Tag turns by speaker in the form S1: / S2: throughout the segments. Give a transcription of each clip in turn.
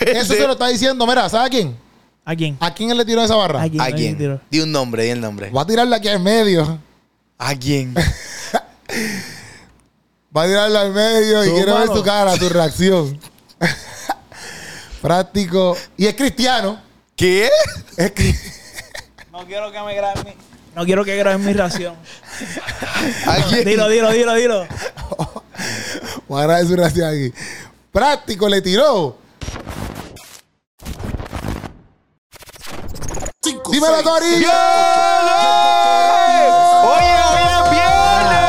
S1: Eso se lo está diciendo, mira, ¿sabes a quién?
S2: ¿A quién?
S1: ¿A quién él le tiró esa barra?
S2: ¿A quién?
S3: ¿A
S2: le tiró?
S3: quién? Di un nombre, di el nombre.
S1: Va a tirarla aquí al medio.
S3: ¿A quién?
S1: Va a tirarla al medio y
S2: Tú,
S1: quiero ver
S2: mano.
S1: tu cara, tu reacción. Práctico. Y es cristiano.
S3: ¿Qué?
S1: Es cri-
S2: No quiero que me graben. mi- No quiero que graben mi ración.
S3: ¿A quién?
S2: Dilo, dilo, dilo, dilo.
S1: Voy a grabar su reacción aquí. Práctico le tiró. Dímelo, Corillo.
S3: ¡Oye, hoy es viernes!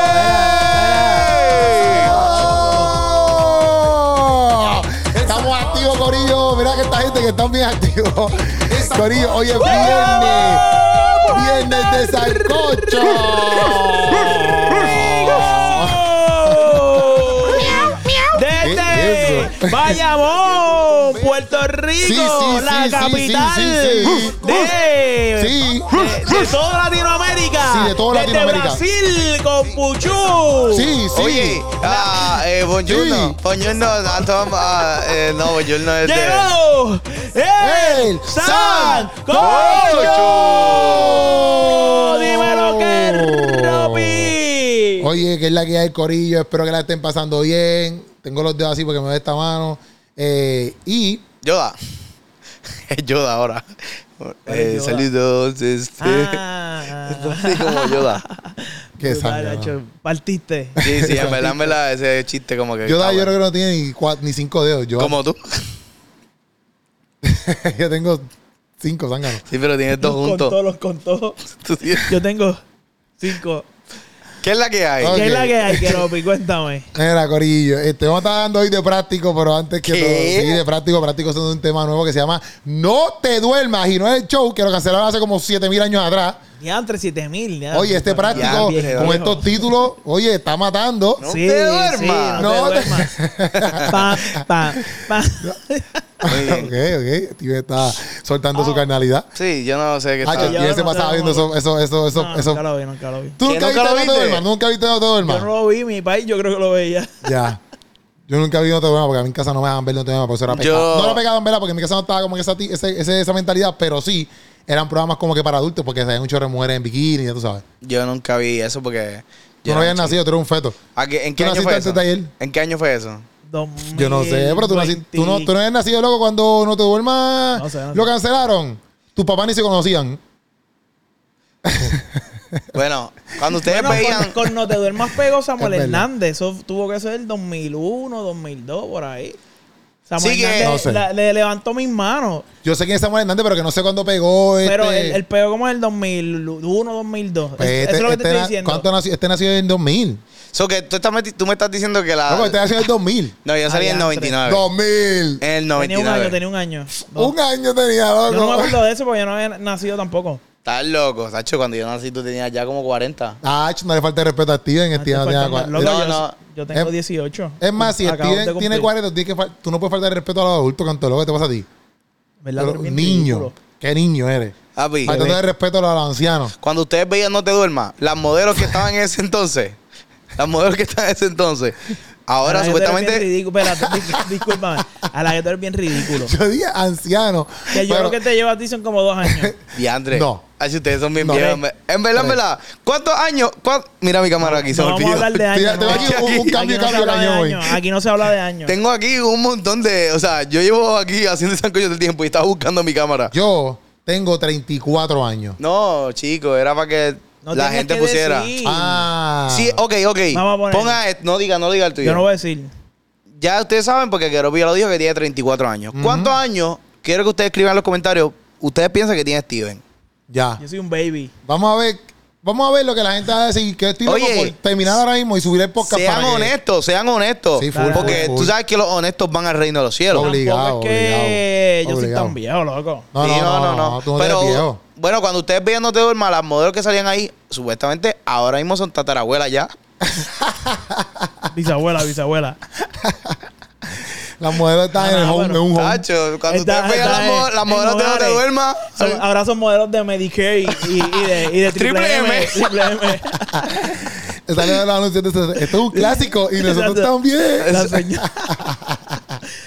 S1: ¡Oh! Estamos activos, Corillo. Mira que esta gente que están bien activos. Corillo, hoy es viernes. Viernes de Sancocho. Oh. ¿Qué es
S2: Desde
S1: eso?
S2: Bayamón, Puerto Rico,
S1: Sí, sí,
S2: la
S1: sí, sí,
S2: capital
S1: sí, sí, sí.
S2: de
S1: Sí.
S2: de toda Latinoamérica.
S1: Sí, de toda Latinoamérica.
S2: Desde Brasil con Puchu.
S1: Sí, sí.
S3: Oye, ah, eh, buongiorno.
S1: Sí.
S3: Buongiorno, a Tom, ah, eh, no, buongiorno es de-
S2: Llegó el
S1: El
S2: San
S1: Sancocho.
S2: Dímelo que Ropi.
S1: Oye, que es la que hay, Corillo. Espero que la estén pasando bien. Tengo los dedos así porque me ve esta mano. Eh, y
S3: Yoda. Es Yoda ahora. Eh,
S2: Yoda?
S3: Saludos, este.
S2: Ah.
S3: Sí, como Yoda.
S1: que
S2: Tú,
S1: salga,
S2: Nacho,
S1: ¿no?
S2: Partiste.
S3: Sí, sí, en verdad, en verdad, ese chiste como que.
S1: Yo, da-
S3: está
S1: yo creo
S3: bueno.
S1: que no tiene ni, cua- ni cinco dedos. Yo,
S3: Como tú.
S1: yo tengo cinco zánganos.
S3: Sí, pero tienes dos
S2: Con
S3: juntos.
S2: todos los con todos.
S3: Tú tienes-
S2: Yo tengo cinco.
S3: ¿Qué es la que hay?
S1: Ok.
S2: ¿Qué es la que hay, Keropi? Cuéntame.
S1: Mira, Corillo, este, vamos a estar dando hoy de práctico, pero antes que
S3: ¿Qué?
S1: todo, sí, de práctico, práctico es un tema nuevo que se llama No te duermas y no es el show que lo cancelaron hace como 7000 años atrás.
S2: Diantre, 7000. ya.
S1: Oye, este práctico
S2: viejo,
S1: con
S2: viejo.
S1: estos títulos, oye, está matando.
S3: No te duermas.
S2: no,
S1: No
S2: te
S1: te-
S2: duermas. Pa, pa, pa.
S3: Muy
S1: ok,
S3: bien.
S1: ok, el tío está soltando su carnalidad.
S3: Sí, yo no sé qué
S1: Ah,
S3: está.
S1: y él se
S2: Ah. no
S1: pasaba
S2: sé,
S1: viendo
S2: no
S1: eso, eso, eso, eso,
S2: No,
S1: eso.
S2: Nunca lo vi, nunca lo vi.
S1: ¿Tú
S3: ¿Que nunca
S1: nunca viste
S3: lo
S1: No te
S3: viste?
S1: duermas? ¿Nunca viste No te
S2: Yo no
S1: duermas?
S2: lo vi, mi país, yo creo que lo veía.
S1: Ya. Yo nunca vi No te duermas porque a mí en casa no me dejaban ver No te duermas porque eso era
S3: Yo-
S1: pecado. No lo pegaban verla porque en mi casa no estaba como que esa, ti- ese- ese- esa mentalidad, pero sí eran programas como que para adultos porque se un chorro de mujeres en bikini, ya tú sabes.
S3: Yo nunca vi eso porque.
S1: Tú
S3: yo
S1: no
S3: era
S1: habías
S3: chico.
S1: nacido, tú eras un feto.
S3: ¿A qué- ¿En
S1: ¿Tú
S3: qué año
S1: naciste
S3: fue
S1: antes
S3: eso?
S1: de ayer?
S3: ¿En qué año fue eso?
S1: Yo no sé, pero tú, nací- tú no, tú no
S2: 2020.
S1: habías nacido loco cuando No te duermas.
S2: No sé, no sé.
S1: Lo cancelaron. Tus papás ni se conocían.
S3: Bueno, cuando ustedes
S2: Bueno,
S3: veían.
S2: con, con No te duermas pegó Samuel
S1: Es verdad.
S2: Hernández. Eso tuvo que ser el 2001, 2002, por ahí. Samuel
S3: Sí que-
S2: Hernández
S1: No sé.
S2: la- le levantó mis manos.
S1: Yo sé quién es Samuel Hernández, pero que no sé cuándo pegó. Este,
S2: Pero el, el pegó como en el 2001, 2002.
S1: pues,
S2: Es-
S1: este-
S2: eso es lo que
S1: este
S2: te estoy
S1: na-
S2: diciendo.
S1: ¿cuánto nació? Este nació en 2000.
S3: So que tú, estás meti- tú me estás diciendo que la.
S1: Loco, este nació en 2000.
S3: No, yo salí en el
S2: Adiantre.
S3: 99.
S1: 2000.
S3: En el
S2: Ah, Tenía un año,
S3: 99.
S2: tenía un año. No.
S1: Un año tenía, loco.
S2: Yo no me acuerdo de eso porque yo no había nacido tampoco.
S3: Estás loco, Sacho. Cuando yo nací, tú tenías ya como 40.
S1: Ah, ch, no le falta de respeto a Steven.
S2: Antes
S1: Steven no tenía
S2: faltaba-
S1: cua-
S2: loco,
S1: es-
S2: yo,
S3: no.
S2: yo tengo
S1: Es-
S2: 18.
S1: es más, si
S2: Acabo de
S1: Steven
S2: cumplir.
S1: tiene 40, tú, tienes que fal- tú no puedes faltar de respeto a los adultos, canto loco, ¿qué te pasa a ti?
S2: ¿Verdad?
S1: Pero
S2: Tú eres
S1: un
S2: bien
S1: niño.
S2: ridículo.
S1: ¿Qué niño eres?
S3: Papi,
S1: Faltando de respeto a los- a los ancianos.
S3: cuando ustedes veían No Te Duermas, las modelos que estaban en ese entonces, las modelos que estaban en ese entonces, ahora
S2: A la que tú eres bien
S3: supuestamente.
S2: ridículo. Espérate, dis- discúlpame. A la que tú eres bien ridículo.
S1: Yo dije anciano.
S2: Que yo
S1: pero-
S2: creo que te lleva a ti son como dos años.
S3: Diandre.
S1: No.
S3: Ay, si ustedes son bien
S1: No.
S3: viejos. En ver- en verdad, en verdad. ¿Cuántos años? ¿Cuán- Mira mi cámara aquí, se
S2: no
S3: me
S2: vamos
S3: olvidó.
S2: a hablar de años.
S1: Te- te
S2: no.
S1: voy a decir un- un
S2: Aquí
S1: cambio
S2: no se
S1: de
S2: habla de
S1: cañón hoy.
S2: años, Aquí no se habla de años.
S3: Tengo aquí un montón de. O sea, yo llevo aquí haciendo sancocho todo el tiempo y estaba buscando mi cámara.
S1: Yo tengo 34 años.
S3: No, chico, era para que
S2: No
S3: la
S2: tienes
S3: gente
S2: que
S3: pusiera.
S2: decir.
S1: Ah.
S3: Sí, ok, ok.
S2: Vamos a poner-
S3: Ponga, et- no diga, no diga el tuyo.
S2: Yo no voy a decir.
S3: Ya ustedes saben, porque Keropi ya lo dijo, que tiene 34 años. ¿Cuántos años? Quiero que ustedes escriban en los comentarios. Ustedes piensan que tiene Steven.
S1: Ya.
S2: Yo soy un baby.
S1: Vamos a ver. Vamos a ver lo que la gente va a decir. Que estoy loco
S3: Oye,
S1: por terminar ahora mismo y subir el podcast
S3: Sean
S1: para que-
S3: honestos, sean honestos.
S1: Sí, full,
S3: porque
S1: full,
S3: tú
S1: full.
S3: sabes que los honestos van al reino de los cielos.
S1: Obli- Obligado,
S2: Tampoco es que
S1: obligado,
S2: yo soy
S1: obligado.
S2: tan viejo, loco.
S1: No,
S3: Sí,
S1: no, no, no, Tú no
S3: Pero,
S1: eres viejo.
S3: Bueno, cuando ustedes vean No Te Duermas, las modelos que salían ahí, supuestamente ahora mismo son tatarabuelas ya.
S2: Bisabuela, bisabuela.
S1: Las modelos están
S2: No,
S1: en el
S2: no,
S1: home,
S2: bueno.
S1: en un home.
S3: Tacho, cuando
S2: Está-
S3: ustedes vean
S2: está
S3: las,
S2: en-
S3: mo- las
S2: en
S3: modelos de No Te
S2: hogares.
S3: Duermas,
S2: Son- ahora son modelos de Medicare y, y- y de, y de Triple
S3: Triple
S2: M.
S3: M.
S2: Triple M.
S1: Sale de los anuncios de- Esto es un clásico y nosotros
S2: Exacto.
S1: también.
S2: La señora.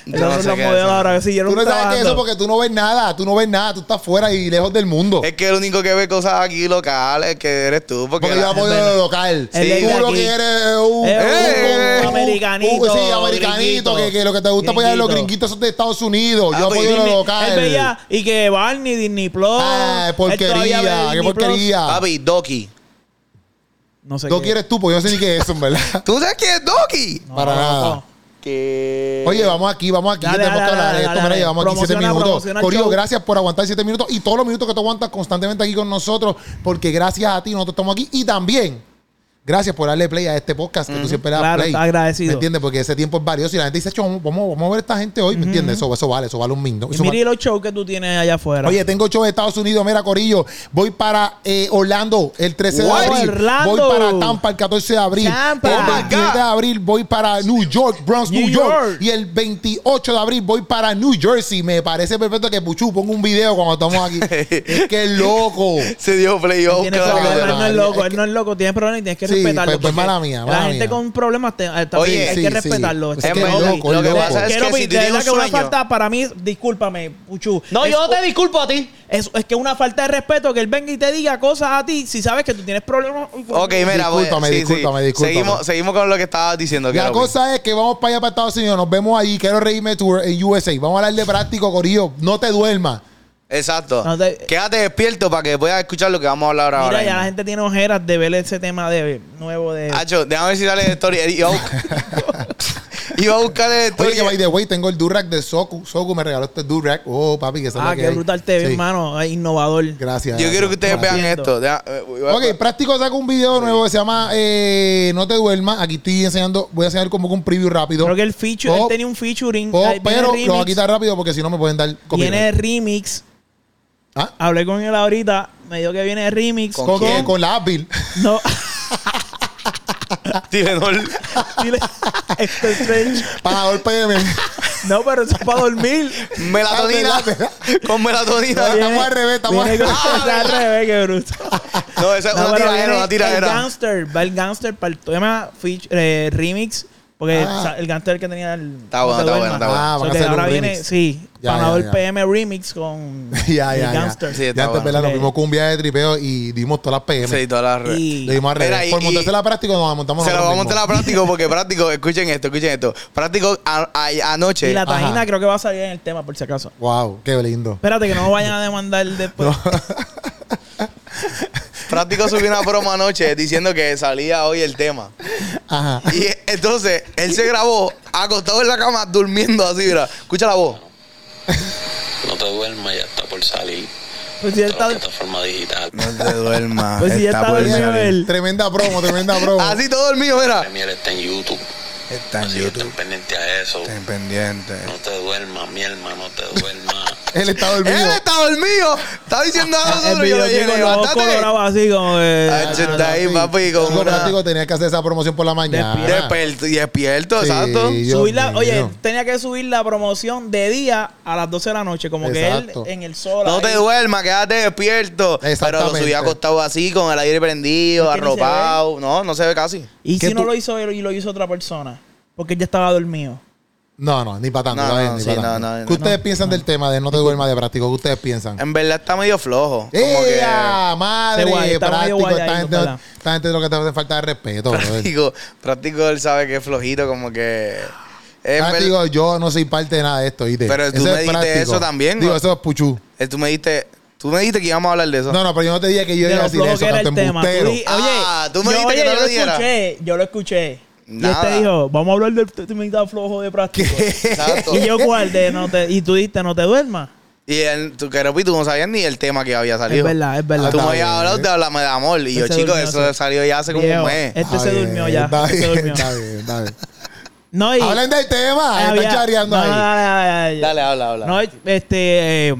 S3: no
S2: Esos
S3: sé
S2: son los
S3: qué
S2: modelos
S3: hacen.
S2: ahora que siguieron
S1: Tú no sabes qué es eso
S2: trabajando.
S1: porque tú no ves nada, tú no ves nada, tú estás fuera y lejos del mundo.
S3: Es que el único que ve cosas aquí locales que eres tú. Porque,
S1: Porque yo
S3: la-
S1: apoyo
S2: verdad.
S1: lo local.
S2: Es
S1: Sí.
S2: verdad
S1: Tú lo
S2: aquí.
S1: que eres eh, un,
S2: Es
S3: un
S2: americanito,
S1: un- sí, americanito.
S2: gringuito.
S1: Que, que lo que te gusta apoyar es los
S2: Gringuito.
S1: gringuitos esos de Estados Unidos.
S3: Ah,
S1: Yo
S3: pues,
S1: apoyo lo
S2: Disney-
S1: local.
S2: Él veía y que Barney, Disney Plus.
S1: Ah,
S2: él todavía ve
S1: porquería, qué
S2: Disney Plus. Ah, pues,
S1: porquería.
S3: Papi, Doki.
S2: No sé
S1: No
S2: qué.
S1: quieres tú, porque yo no sé ni qué es eso, en verdad.
S3: ¿Tú sabes quién es Doki?
S2: No,
S1: Para
S2: no,
S1: nada.
S2: no.
S3: Que...
S1: Oye, vamos aquí, vamos aquí.
S2: Eh, Dale,
S1: tenemos
S2: dale,
S1: que hablar
S2: dale,
S1: de esto.
S2: dale,
S1: Mira,
S2: dale.
S1: llevamos aquí 7
S2: Promociona,
S1: minutos.
S2: promociona el
S1: Corillo,
S2: show.
S1: gracias por aguantar 7 minutos y todos los minutos que tú aguantas constantemente aquí con nosotros, porque gracias a ti nosotros estamos aquí y también. Gracias por darle play a este podcast que tú siempre le das
S2: Claro,
S1: play.
S2: está agradecido.
S1: ¿Me entiendes? Porque ese tiempo es valioso y la gente dice, "Chon, vamos, vamos a ver a esta gente hoy. ¿Me entiendes? Eso, eso vale, eso vale un mindo.
S2: Y
S1: Eso
S2: mire los shows que tú tienes allá afuera.
S1: Oye, tengo show de Estados Unidos. Mira, Corillo, voy para eh, Orlando el 13
S3: Wow,
S1: de abril.
S2: Orlando.
S1: Voy para Tampa el 14 de abril.
S2: Tampa.
S1: El
S2: Oh my
S1: 27
S3: God.
S1: de abril voy para New York, Bronx, New,
S2: New
S1: York.
S2: York.
S1: Y el 28 de abril voy para New Jersey. Me parece perfecto que Puchu ponga un video cuando estamos aquí. es que es loco.
S3: Se dio playoff.
S2: Tiene
S3: claro que se
S2: problemas, él
S3: va.
S2: no es
S1: madre,
S2: loco,
S1: es
S2: él no es loco, tiene problemas y tienes que
S1: Sí,
S2: respetarlo.
S1: pues- pues
S2: porque
S1: mala mía, mala
S2: la gente
S1: mía.
S2: con problemas te- eh, también
S3: Oye,
S2: hay
S1: sí,
S2: que
S1: sí.
S2: respetarlo.
S1: Es
S3: Es
S1: que
S2: Quiero-
S1: es
S3: loco,
S1: loco,
S3: lo que
S1: loco.
S3: pasa es
S2: quiero
S3: que si
S2: pedir- de
S3: tienes un
S2: verdad que una
S3: sueño...
S2: falta para mí, discúlpame, Puchu.
S4: No,
S2: es,
S4: yo te disculpo a ti.
S2: es, es que una falta de respeto que él venga y te diga cosas a ti si sabes que tú tienes problemas.
S3: Ok, mira, voy-
S1: Discúlpame,
S3: sí, sí.
S1: discúlpame, discúlpame.
S3: Seguimos, seguimos con lo que estabas diciendo.
S1: La
S3: Keropi.
S1: cosa es que vamos para allá para Estados Unidos. Nos vemos allí. Quiero reírme tour en USA. Vamos a hablar de práctico, Corillo. No te duermas.
S3: Exacto.
S2: No te-
S3: Quédate despierto para que puedas escuchar lo que vamos a hablar ahora.
S2: Mira, ya la
S3: mismo. Ah,
S2: gente tiene ojeras de ver ese tema de nuevo de.
S3: Hacho, déjame ver si sale de story. Iba a, buscar- iba a buscar el story.
S1: Oye, que by the way, tengo el Durac de Soku. Soku me regaló este Durac. Oh, papi, que se
S2: ah, qué brutal te ve, hermano. ay, Innovador.
S1: Gracias.
S3: Yo quiero que ustedes
S2: Gracias.
S3: vean esto. Deja- eh, voy a-
S1: Ok, práctico saca un video nuevo que se llama eh, No te duermas. Aquí estoy enseñando, voy a enseñar como que un preview rápido.
S2: Creo que el feature,
S1: Oh,
S2: él tenía un featuring.
S1: Oh,
S2: ahí viene
S1: pero
S2: el
S1: lo voy a
S2: remix,
S1: quitar rápido porque si no me pueden dar
S2: Viene
S1: copyright.
S2: el remix.
S1: ¿Ah?
S2: Hablé con él ahorita. Me dijo que viene el remix.
S1: ¿Con, qué? Con la Advil.
S2: No.
S3: Tylenol.
S2: Dile, esto es strange.
S1: Pagador PM.
S2: No, pero eso es para dormir.
S3: Melatonina.
S1: Date,
S3: con melatonina.
S1: Oye. Ah, estamos al revés, estamos
S2: viene
S1: al-
S2: con- está al revés, qué bruto.
S3: No, esa es
S2: No,
S3: una
S2: pero
S3: tiradera,
S2: viene
S3: una
S2: El
S3: tiradera.
S2: gangster, va el gangster para el tema feat- eh, remix. Porque
S1: Ah.
S2: o sea, el gangster que tenía el.
S3: Está bueno,
S2: no te
S3: está
S2: duermas.
S3: bueno, está bueno.
S1: Ah,
S2: So
S1: van a
S2: que
S1: hacer
S2: ahora
S1: un
S2: viene,
S1: remix.
S2: sí,
S1: Ya,
S2: Panador
S1: ya, ya.
S2: PM Remix con
S1: ya,
S2: el
S1: ya, ya.
S2: gangster.
S3: Sí, está
S1: ya
S3: bueno.
S1: antes, ¿verdad? Nos
S2: Ok.
S1: vimos con un viaje de tripeo y dimos todas las PM.
S3: Sí, todas las redes.
S2: Y-
S1: Le dimos al
S3: Mira,
S1: revés. Pues
S3: y-
S1: Por montarse
S3: y-
S1: la práctica nos montamos
S3: Se lo vamos a
S1: nosotros
S3: mostrar a práctico porque práctico, escuchen esto, escuchen esto. Práctico a- a-
S2: Y
S3: anoche.
S2: la tajina
S1: Ajá.
S2: creo que va a salir en el tema, por si acaso.
S1: mismos. Wow, qué lindo.
S2: Espérate que no nos vayan a demandar después.
S3: Práctico subió una broma anoche diciendo que salía hoy el tema.
S1: Ajá.
S3: Y entonces él se grabó acostado en la cama durmiendo así, mira. Escucha la voz.
S5: No te duermas, ya está por salir.
S2: Pues si él
S5: de la
S2: está,
S5: plataforma digital.
S3: te duermas.
S2: pues si ya está dormido él.
S1: Tremenda promo, tremenda promo.
S3: Así todo dormido,
S5: La
S3: mira.
S5: miel está en YouTube.
S3: Está
S5: Así que estén pendientes a eso.
S3: pendiente.
S5: No te duermas, mi hermano, no te duermas.
S1: Él está
S3: Él
S1: dormido.
S3: está dormido. Está diciendo a
S2: El
S3: nosotros. Yo le
S2: videoclip
S3: dije,
S2: con los ojos
S3: levántate.
S2: colorados así como que-
S3: Hacho, está
S1: Ah,
S3: ahí, papi, con
S1: Chico,
S3: una-
S1: práctico tenía que hacer esa promoción por la mañana.
S3: Despierto, y despierto,
S1: Sí.
S3: exacto.
S1: Dios
S2: Subir la-
S1: mío.
S2: oye, tenía que subir la promoción de día a las 12 de la noche, como
S1: Exacto.
S2: que él en el sol.
S3: No
S2: ahí.
S3: te duermas, quédate despierto. Pero lo
S1: Exactamente.
S3: subí acostado así, con el aire prendido,
S2: Es que ni se
S3: arropado. No, no se ve casi.
S2: ¿Y
S1: ¿Qué
S2: si no
S1: tú-
S2: lo hizo él y lo hizo otra persona? Porque él ya estaba dormido.
S1: No, no, ni para tanto.
S3: No,
S1: ¿sabes?
S3: no,
S1: Ni
S3: sí,
S1: pa' tanto.
S3: no, no,
S1: ¿Qué
S3: no.
S1: ustedes piensan del tema de no te duermas de práctico? ¿Qué ustedes piensan?
S3: En verdad está medio flojo. Como que-
S1: ¡Ea! ¡Madre!
S2: Está guay, está
S1: práctico.
S2: medio guay
S1: Esta
S2: ahí,
S1: gente,
S2: ¿verdad?
S1: esta gente lo que te hace falta de respeto, brother.
S3: práctico, práctico él sabe que es flojito, como que. Es ver-
S1: Práctico, yo no soy parte de nada de esto, ¿viste?
S3: Pero tú
S1: Ese
S3: me
S1: es
S3: dijiste eso también,
S1: Digo,
S3: ¿no?
S1: eso es puchú.
S3: eh, tú me dijiste, tú me dijiste que íbamos a hablar de eso.
S1: No, no, pero yo no te dije que yo
S2: De
S1: iba a
S2: lo
S1: decir
S2: flojo
S1: eso,
S2: que era
S1: tanto
S2: el tema. Tú
S1: embustero.
S2: di-
S3: Ah, tú me
S2: yo-
S3: dijiste que no
S2: yo
S3: lo diera.
S2: escuché, yo lo escuché. Y
S3: Nada.
S2: usted dijo, vamos a hablar del temita flojo de práctico.
S3: Exacto.
S2: Y yo guardé, no te, y tú dijiste, no te duermas.
S3: Y él, tú, Keropi, tú no sabías ni el tema que había salido.
S2: Es verdad, es verdad.
S3: Tú me
S1: Está
S3: habías
S1: bien.
S3: hablado de Háblame de Amor. Y yo,
S2: Ese
S3: chicos,
S2: durmió
S3: eso
S2: así.
S3: salió ya hace como un
S2: Viejo,
S3: mes.
S2: Este
S1: Está
S2: se
S1: bien,
S2: durmió ya,
S1: Está
S2: este se
S1: bien,
S2: durmió.
S1: está bien, está bien.
S2: No, y
S1: Hablen del tema,
S2: había-
S1: están chareando
S2: no,
S1: ahí.
S2: no, no, no, no, no.
S3: Dale, habla, habla.
S2: No, este. eh,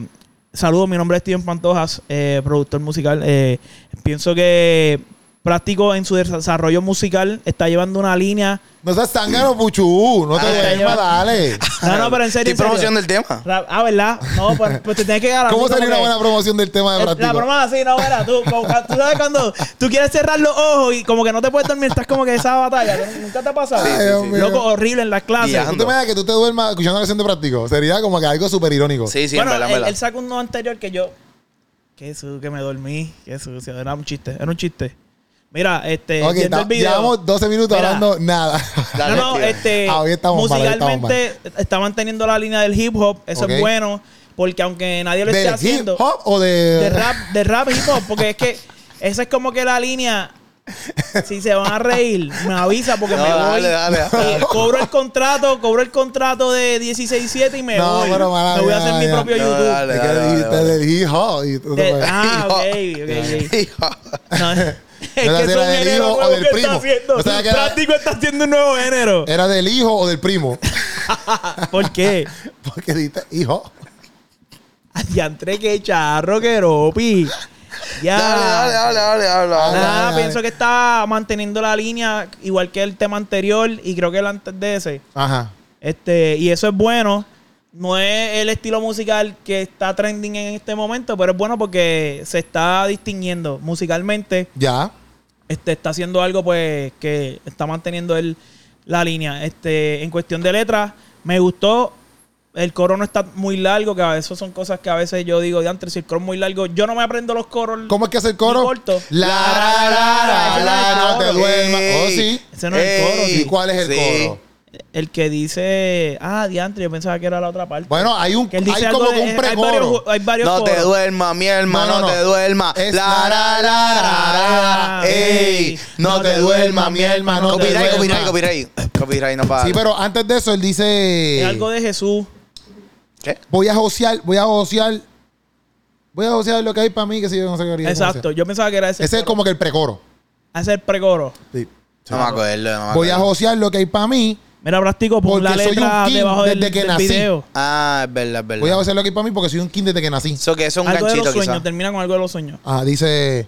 S2: saludos, mi nombre es Steven Pantojas, eh, productor musical. Eh, pienso que Práctico en su desarrollo musical está llevando una línea.
S1: No seas tangano, puchú. No te
S2: Ah,
S1: duermas,
S2: ya.
S1: dale.
S2: No, no, pero en
S3: Estoy
S2: serio. en serio.
S3: promocionando el tema.
S2: Ra- Ah, ¿verdad? No, pues, pues te tienes que ganar.
S1: ¿Cómo sería una buena promoción del tema de
S2: La
S1: práctico?
S2: broma así, no, mira, tú, como ca- tú sabes cuando tú quieres cerrar los ojos y como que no te puedes dormir, estás como que esa batalla, ¿no? nunca te ha pasado.
S1: Sí, sí, sí.
S2: Loco, horrible en las clases.
S3: Diablo.
S1: No te me digas que tú te duermas escuchando la canción de práctico. Sería como que algo súper irónico.
S3: Sí, sí,
S2: bueno,
S3: en verdad, en
S2: él,
S3: verdad.
S2: él sacó uno anterior que yo. Qué sucio, que me dormí. Qué sucio. Era un chiste. Era un chiste. Mira, este.
S1: Ok,
S2: viendo
S1: ta-
S2: el video.
S1: llevamos 12 minutos
S2: Mira.
S1: hablando nada.
S3: Dale,
S2: no, no,
S3: tío.
S2: este.
S1: Ah, hoy estamos mal, hoy estamos
S2: musicalmente estaban teniendo la línea del hip hop. Eso
S1: Ok.
S2: es bueno. Porque aunque nadie lo
S1: ¿Del
S2: esté
S1: hip
S2: haciendo.
S1: hop o de...?
S2: De rap, de rap hip hop. Porque es que esa es como que la línea. Si se van a reír, me avisa porque
S3: No,
S2: me voy.
S3: dale, dale, dale.
S2: Eh, cobro el contrato, cobro el contrato de 16.7 y me
S1: No,
S2: voy.
S1: pero mala
S2: me voy a
S1: mía,
S2: hacer mi
S1: mala
S2: propio
S3: mía. No,
S2: YouTube.
S1: Es
S3: Dale,
S1: que
S3: dale, dale,
S1: dijiste
S3: dale.
S1: del hip hop. y tú te
S2: De-
S1: puedes-
S2: ah, ok, ok, ok. No, es que
S1: No
S2: es
S1: sé
S2: un
S1: si era del
S2: género
S1: hijo o
S2: nuevo
S1: del
S2: que
S1: primo.
S2: está haciendo.
S1: O sea, que era-
S2: Práctico está haciendo un nuevo género. Ah,
S1: ¿Era del hijo o del primo?
S2: ¿Por qué?
S1: Porque dijiste hijo.
S2: Adiantre, que charro, que ropi. Ya.
S3: Dale, dale, dale, dale, dale, dale.
S2: Nada,
S1: dale, dale.
S2: pienso que está manteniendo la línea igual que el tema anterior y creo que el antes de ese.
S1: Ajá.
S2: Este, y eso es bueno. No es el estilo musical que está trending en este momento, pero es bueno porque se está distinguiendo musicalmente.
S1: Ya.
S2: este, está haciendo algo pues que está manteniendo el, la línea. Este, en cuestión de letras, me gustó. El coro no está muy largo, que a veces son cosas que a veces yo digo, diantre, si el coro es muy largo, yo no me aprendo los coros.
S1: ¿Cómo es que hace el
S2: Ni
S1: coro?
S2: corto.
S1: La, la, la, la,
S2: Ese
S1: la,
S2: no es el
S1: no te
S2: coro.
S1: duermas. Oh,
S3: Ey.
S1: sí.
S2: Ese no es el coro,
S3: Ey.
S1: ¿Y cuál es el
S3: Sí.
S1: coro?
S2: El que dice, ah, diantre, yo pensaba que era la otra parte.
S1: Bueno, hay un
S2: que él dice
S1: hay
S2: algo
S1: como
S2: de-
S1: que un
S2: hay varios,
S1: precoro.
S2: hay varios
S3: No te
S2: coros.
S3: duermas, mi hermano,
S1: No,
S3: no,
S1: no, no.
S3: te duermas.
S1: Es-
S3: La, la, la, la, la. Ey, no te duermas, mi hermano.
S1: no te
S3: Copyright, copyright,
S1: duermas.
S3: copyright. Copyright, no para.
S1: Sí, pero antes de eso él dice
S2: Es algo de Jesús.
S3: ¿Qué?
S1: voy a josear, voy a josear. Voy a josear lo que hay para mí que si yo no sé qué haría.
S2: Exacto, yo pensaba que era ese.
S1: Ese es
S2: coro.
S1: como que el precoro.
S2: Ese es el precoro.
S1: Sí.
S3: No me acuerdo, no me
S1: Voy a
S3: acuerdo.
S1: josear lo que hay para mí.
S2: Mira, Brastico, pon
S1: Porque
S2: la
S1: soy un
S2: letra
S1: king
S2: debajo del,
S1: desde que
S2: del
S1: nací.
S2: video.
S3: Ah, es verdad, es verdad.
S1: Voy a josear lo que hay para mí porque soy un king desde que nací.
S3: Eso que eso es un
S2: algo de los
S3: ganchito,
S2: sueños,
S3: quizás.
S2: termina con algo de los sueños.
S1: Ah, dice.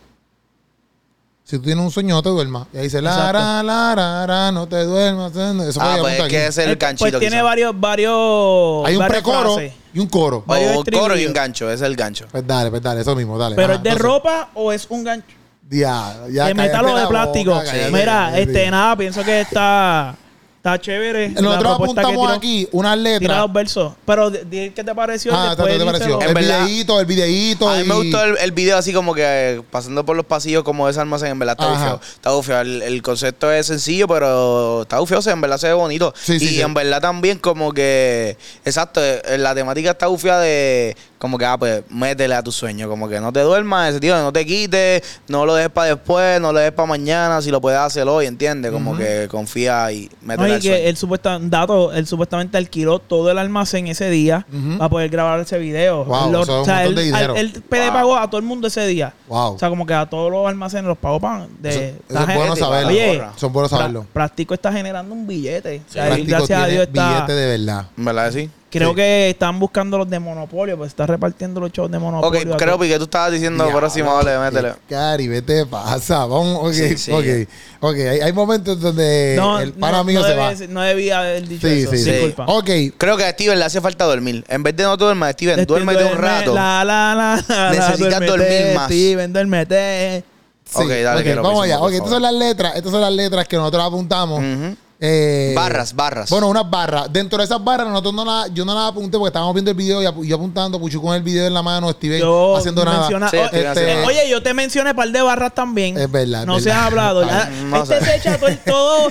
S1: Si tú tienes un sueño, no te duermas. Y ahí dice, la,
S2: Exacto.
S1: la, la, la, la, no te duermas. Eso
S3: Ah,
S1: fue
S3: pues es
S1: aquí.
S3: que ese es
S2: Eh,
S3: el ganchito,
S2: Pues tiene
S3: quizás.
S2: varios, varios.
S1: Hay un
S2: varias
S1: precoro
S2: frases.
S1: y un coro.
S2: varios
S3: O un coro y
S2: estribillos.
S3: un gancho, ese es el gancho.
S1: Pues dale, pues dale, eso mismo, dale.
S2: Pero
S1: Ajá,
S2: es de
S1: entonces,
S2: ropa o es un gancho.
S1: Ya, ya.
S2: de metal o
S1: cállate
S2: de
S1: la
S2: plástico.
S1: boca, cállate,
S2: Mira,
S1: cállate.
S2: este, nada, pienso que está. Está chévere. la
S1: Nosotros
S2: propuesta que
S1: apuntamos
S2: tiró.
S1: aquí unas
S2: Tira
S1: letras.
S2: los versos. Pero di- di qué te pareció. y
S1: Ah,
S2: después
S1: ¿qué te
S2: díselo.
S1: pareció?
S3: En
S1: El
S3: verdad-
S1: videíto, el videíto.
S3: A mí me
S1: y-
S3: gustó el, el video así como que eh, pasando por los pasillos como de ese almacén, en verdad está
S1: Ajá.
S3: bufeo. Está bufeo. El, el concepto es sencillo, pero está bufeo, o sea, en verdad se ve bonito.
S1: Sí, sí,
S3: y
S1: sí.
S3: en verdad también como que, exacto, eh, la temática está bufea de como que, ah, pues métele a tu sueño, como que no te duermas, ese tío, no te quites, no lo dejes para después, no lo dejes para mañana, si lo puedes hacer hoy, ¿entiendes? Como que confía y
S2: No,
S3: métele Eh,
S2: y
S3: al
S2: que
S3: sueño.
S2: él, supuesta- dato, él supuestamente alquiló todo el almacén ese día
S1: Ujú.
S2: para poder grabar ese video.
S1: Wow,
S2: Él
S1: eso es un
S2: o sea,
S1: montón de
S2: él,
S1: dinero.
S2: al- él PD pagó a todo el mundo ese día.
S1: Wow.
S2: O sea, como que a todos los almacenes los pagó pan. De,
S1: Eso-
S2: esta
S1: eso es bueno
S2: Eh, gente.
S1: saberlo.
S2: Oye,
S1: Son buenos
S2: Pra-
S1: saberlo.
S2: Práctico está generando un billete. O sea, él,
S1: Plástico
S2: gracias a
S1: tiene
S2: Dios está.
S1: Billete de verdad.
S3: ¿En ¿Verdad? que Sí.
S2: Creo
S1: Sí.
S2: que están buscando los de Monopolio, pues está repartiendo los shows de
S3: Ok,
S2: Monopolio. a
S3: creo
S2: todo.
S3: que tú estabas diciendo
S1: Ya,
S3: próximo, dale, métele.
S1: Cari, vete, pasa. Vamos, ok,
S3: Sí, sí.
S1: ok. Ok, hay, hay momentos donde Eh, el pana mío se
S2: debía
S1: va.
S2: decir- no debía haber dicho
S1: Sí,
S2: eso.
S1: sí, sí.
S2: Disculpa.
S1: Ok,
S3: Creo que a Steven le hace falta dormir. En vez de no duermas, Steven, duérmete un
S2: Duerme,
S3: rato.
S2: La, la, la, la, la,
S3: Necesitas
S2: duérmete,
S3: dormir más.
S2: Steven, duérmete.
S1: sí,
S3: Ok, dale,
S1: ok,
S3: que lo
S1: vamos
S3: pienso,
S1: allá.
S3: por
S1: Ok, estas
S3: favor.
S1: son las letras, estas son las letras que nosotros apuntamos.
S3: Ujú.
S1: Eh,
S3: Barras, barras.
S1: Bueno, unas barras. Dentro de esas barras, nosotros no la, yo no las apunté porque estábamos viendo el video y apu- yo apuntando, Puchu con el video en la mano, Steven
S2: Yo
S1: haciendo nada.
S2: menciona-
S3: Sí, estoy
S1: Este,
S3: haciendo nada.
S2: Oye, yo te mencioné un par de barras también.
S1: Es verdad,
S2: No
S1: es
S2: se
S1: verdad.
S2: ha hablado. ya.
S3: No
S2: este
S3: sé.
S2: se echa todo. el- todo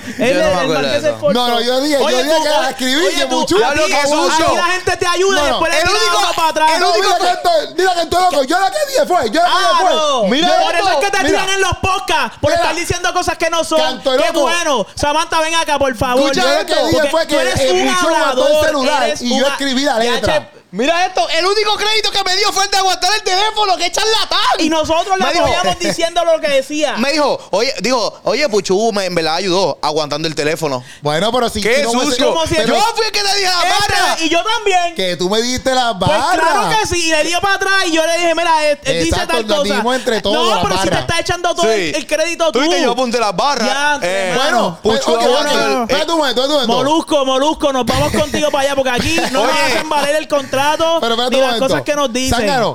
S3: Yo
S2: él,
S3: no me
S2: el
S3: acuerdo de
S2: Marqués se
S3: eso.
S2: esforzó.
S1: No, no, yo dije- yo
S2: Oye,
S1: dije
S2: tú,
S1: que
S2: ah,
S1: la escribí,
S2: oye,
S1: que
S2: tú,
S1: Puchu-
S3: Diablo,
S2: aquí-
S3: que sucio.
S2: aquí la gente te ayuda
S1: No,
S2: y
S1: no,
S2: después le
S3: el
S2: tira la
S3: único-
S2: boca para atrás.
S3: el
S1: No,
S3: único
S1: mira que estoy, mira que estoy loco. Yo la que dije fue, yo la que dije fue.
S2: Claro.
S1: Mira
S2: por eso
S1: esto,
S2: es que te
S1: mira.
S2: tiran en los podcasts. Por
S1: Mira.
S2: estar diciendo cosas que no son.
S1: Canto
S2: Qué
S1: loco.
S2: bueno. Samantha, ven acá, por favor.
S1: Escucha
S2: Yo
S1: lo
S2: esto,
S1: que dije
S2: porque
S1: fue que
S2: tú eres
S1: el
S2: un
S1: bichón mató el
S2: hablador,
S1: celular
S2: eres
S1: y yo
S2: una-
S1: escribí la
S2: Ya,
S1: letra.
S2: che,
S3: Mira esto, el único crédito que me dio fue el de aguantar el teléfono, que charlatán.
S2: Y nosotros le
S3: Me dijo- eh,
S2: apoyamos diciendo lo que decía.
S3: Me dijo, oye, dijo, oye, Puchu, me, en verdad ayudó aguantando el teléfono.
S1: Bueno, pero si, si
S3: ¡Qué
S1: no hubiese-
S3: sucio!
S2: como si-
S3: Yo
S1: pero
S3: fui el que te dije la
S2: Entra,
S3: barra.
S2: y yo también.
S1: que tú me diste las
S2: Pues
S1: barras.
S2: claro que sí, y le dio para atrás y yo le dije, mira, él, él dice
S1: Exacto,
S2: tal
S1: nos
S2: cosa.
S1: dimos entre todos
S2: no,
S1: la
S2: pero si te
S1: barra.
S2: está echando todo el, el crédito tú.
S3: viste, yo apunté las barras.
S2: Ya,
S3: Eh,
S1: Bueno, pues,
S3: Puchu
S1: ok,
S3: aguantó
S1: ok.
S2: no, no, no.
S3: el- eh,
S1: Espérate un momento, espérate un momento.
S2: Molusco, Molusco, nos vamos contigo para allá porque aquí no nos
S3: Oye.
S2: hacen valer el contrato
S1: Pero espérate
S2: ni
S1: un
S2: las
S1: momento.
S2: cosas que nos dicen.
S1: Zángano,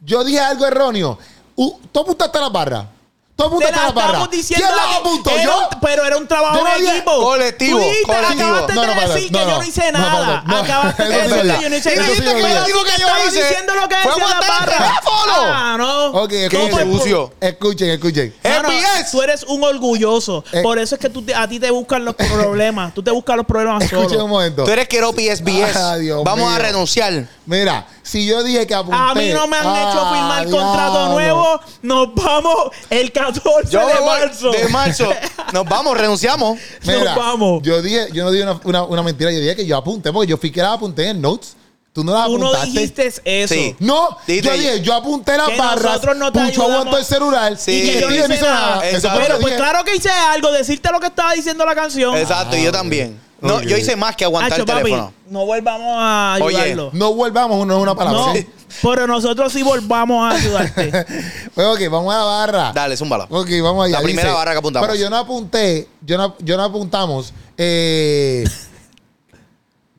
S1: yo dije algo erróneo. Uh, tú apuntaste a las barras. Tú
S2: Te
S1: apuntaste
S2: la
S1: a las barras.
S2: estamos diciendo.
S1: ¿Quién las
S2: que
S1: apuntó?
S2: era
S1: ¿Yo?
S2: un- pero era un trabajo
S1: Yo no
S2: de
S1: dije-
S2: equipo.
S3: Colectivo,
S2: Tú dijiste,
S3: colectivo.
S2: acabaste
S1: No, no,
S2: de
S1: perdón,
S2: decir
S1: no,
S2: que yo
S1: no.
S2: no hice
S1: No,
S2: nada.
S1: perdón, no.
S2: Acabaste de
S1: Eso sí
S2: decir
S1: lo
S2: que yo no hice
S1: vi.
S3: Y
S2: nada.
S1: Eso sí
S3: dijiste
S1: lo
S3: que
S1: vi.
S3: lo único que yo
S2: Estamos
S3: hice
S2: diciendo lo que
S3: fue
S2: decía la
S3: aguantar el
S2: barra.
S3: teléfono.
S2: Ah, no.
S1: Ok,
S3: Qué sucio.
S1: Escuchen, escuchen.
S2: No, no,
S3: MBS.
S2: tú eres un orgulloso.
S1: Eh.
S2: Por eso es que tú te- a ti te buscan los problemas. tú te buscas los problemas
S1: Escuchen un
S2: solo.
S1: momento.
S3: Eh, Tú eres Keropi SBS.
S1: Ah, Dios
S3: Vamos a
S1: mío.
S3: renunciar.
S1: Mira, si yo dije que apunté.
S2: A mí no me han
S1: Ah,
S2: hecho firmar
S1: diablo.
S2: contrato nuevo. Nos vamos el 14
S3: Yo
S2: de
S3: voy-
S2: marzo.
S3: De marzo. Nos vamos, renunciamos.
S2: Nos
S1: Mira,
S2: vamos.
S1: Yo dije, yo no dije una, una- una mentira, yo dije que yo apunté, porque yo fui que la apunté en notes. Tú no la
S2: Tú no
S1: apuntaste.
S2: dijiste eso.
S3: Sí.
S1: No,
S3: Dijiste-
S1: yo dije, yo apunté
S2: Que
S1: las barras,
S2: nosotros no te
S1: Pucho
S2: ayudamos.
S1: aguantó el celular
S3: Sí.
S1: y
S2: que yo no
S1: Steven
S2: hice nada.
S1: Eso fue lo
S2: Pero
S1: que dije.
S2: pues claro que hice algo, decirte lo que estaba diciendo la canción.
S3: Exacto, y yo también. No,
S1: Ok.
S3: yo hice más que aguantar
S2: Hacho,
S3: el teléfono.
S2: no volvamos a
S3: Oye,
S2: ayudarlo.
S1: No volvamos, no es una palabra.
S2: no,
S1: ¿sí?
S2: pero nosotros sí volvamos a ayudarte.
S1: Pues, ok, vamos a la barra.
S3: Dale, zúmbala.
S1: Ok, vamos allá.
S3: La primera barra que apuntamos.
S1: Pero yo no apunté, yo no, yo no apuntamos eh,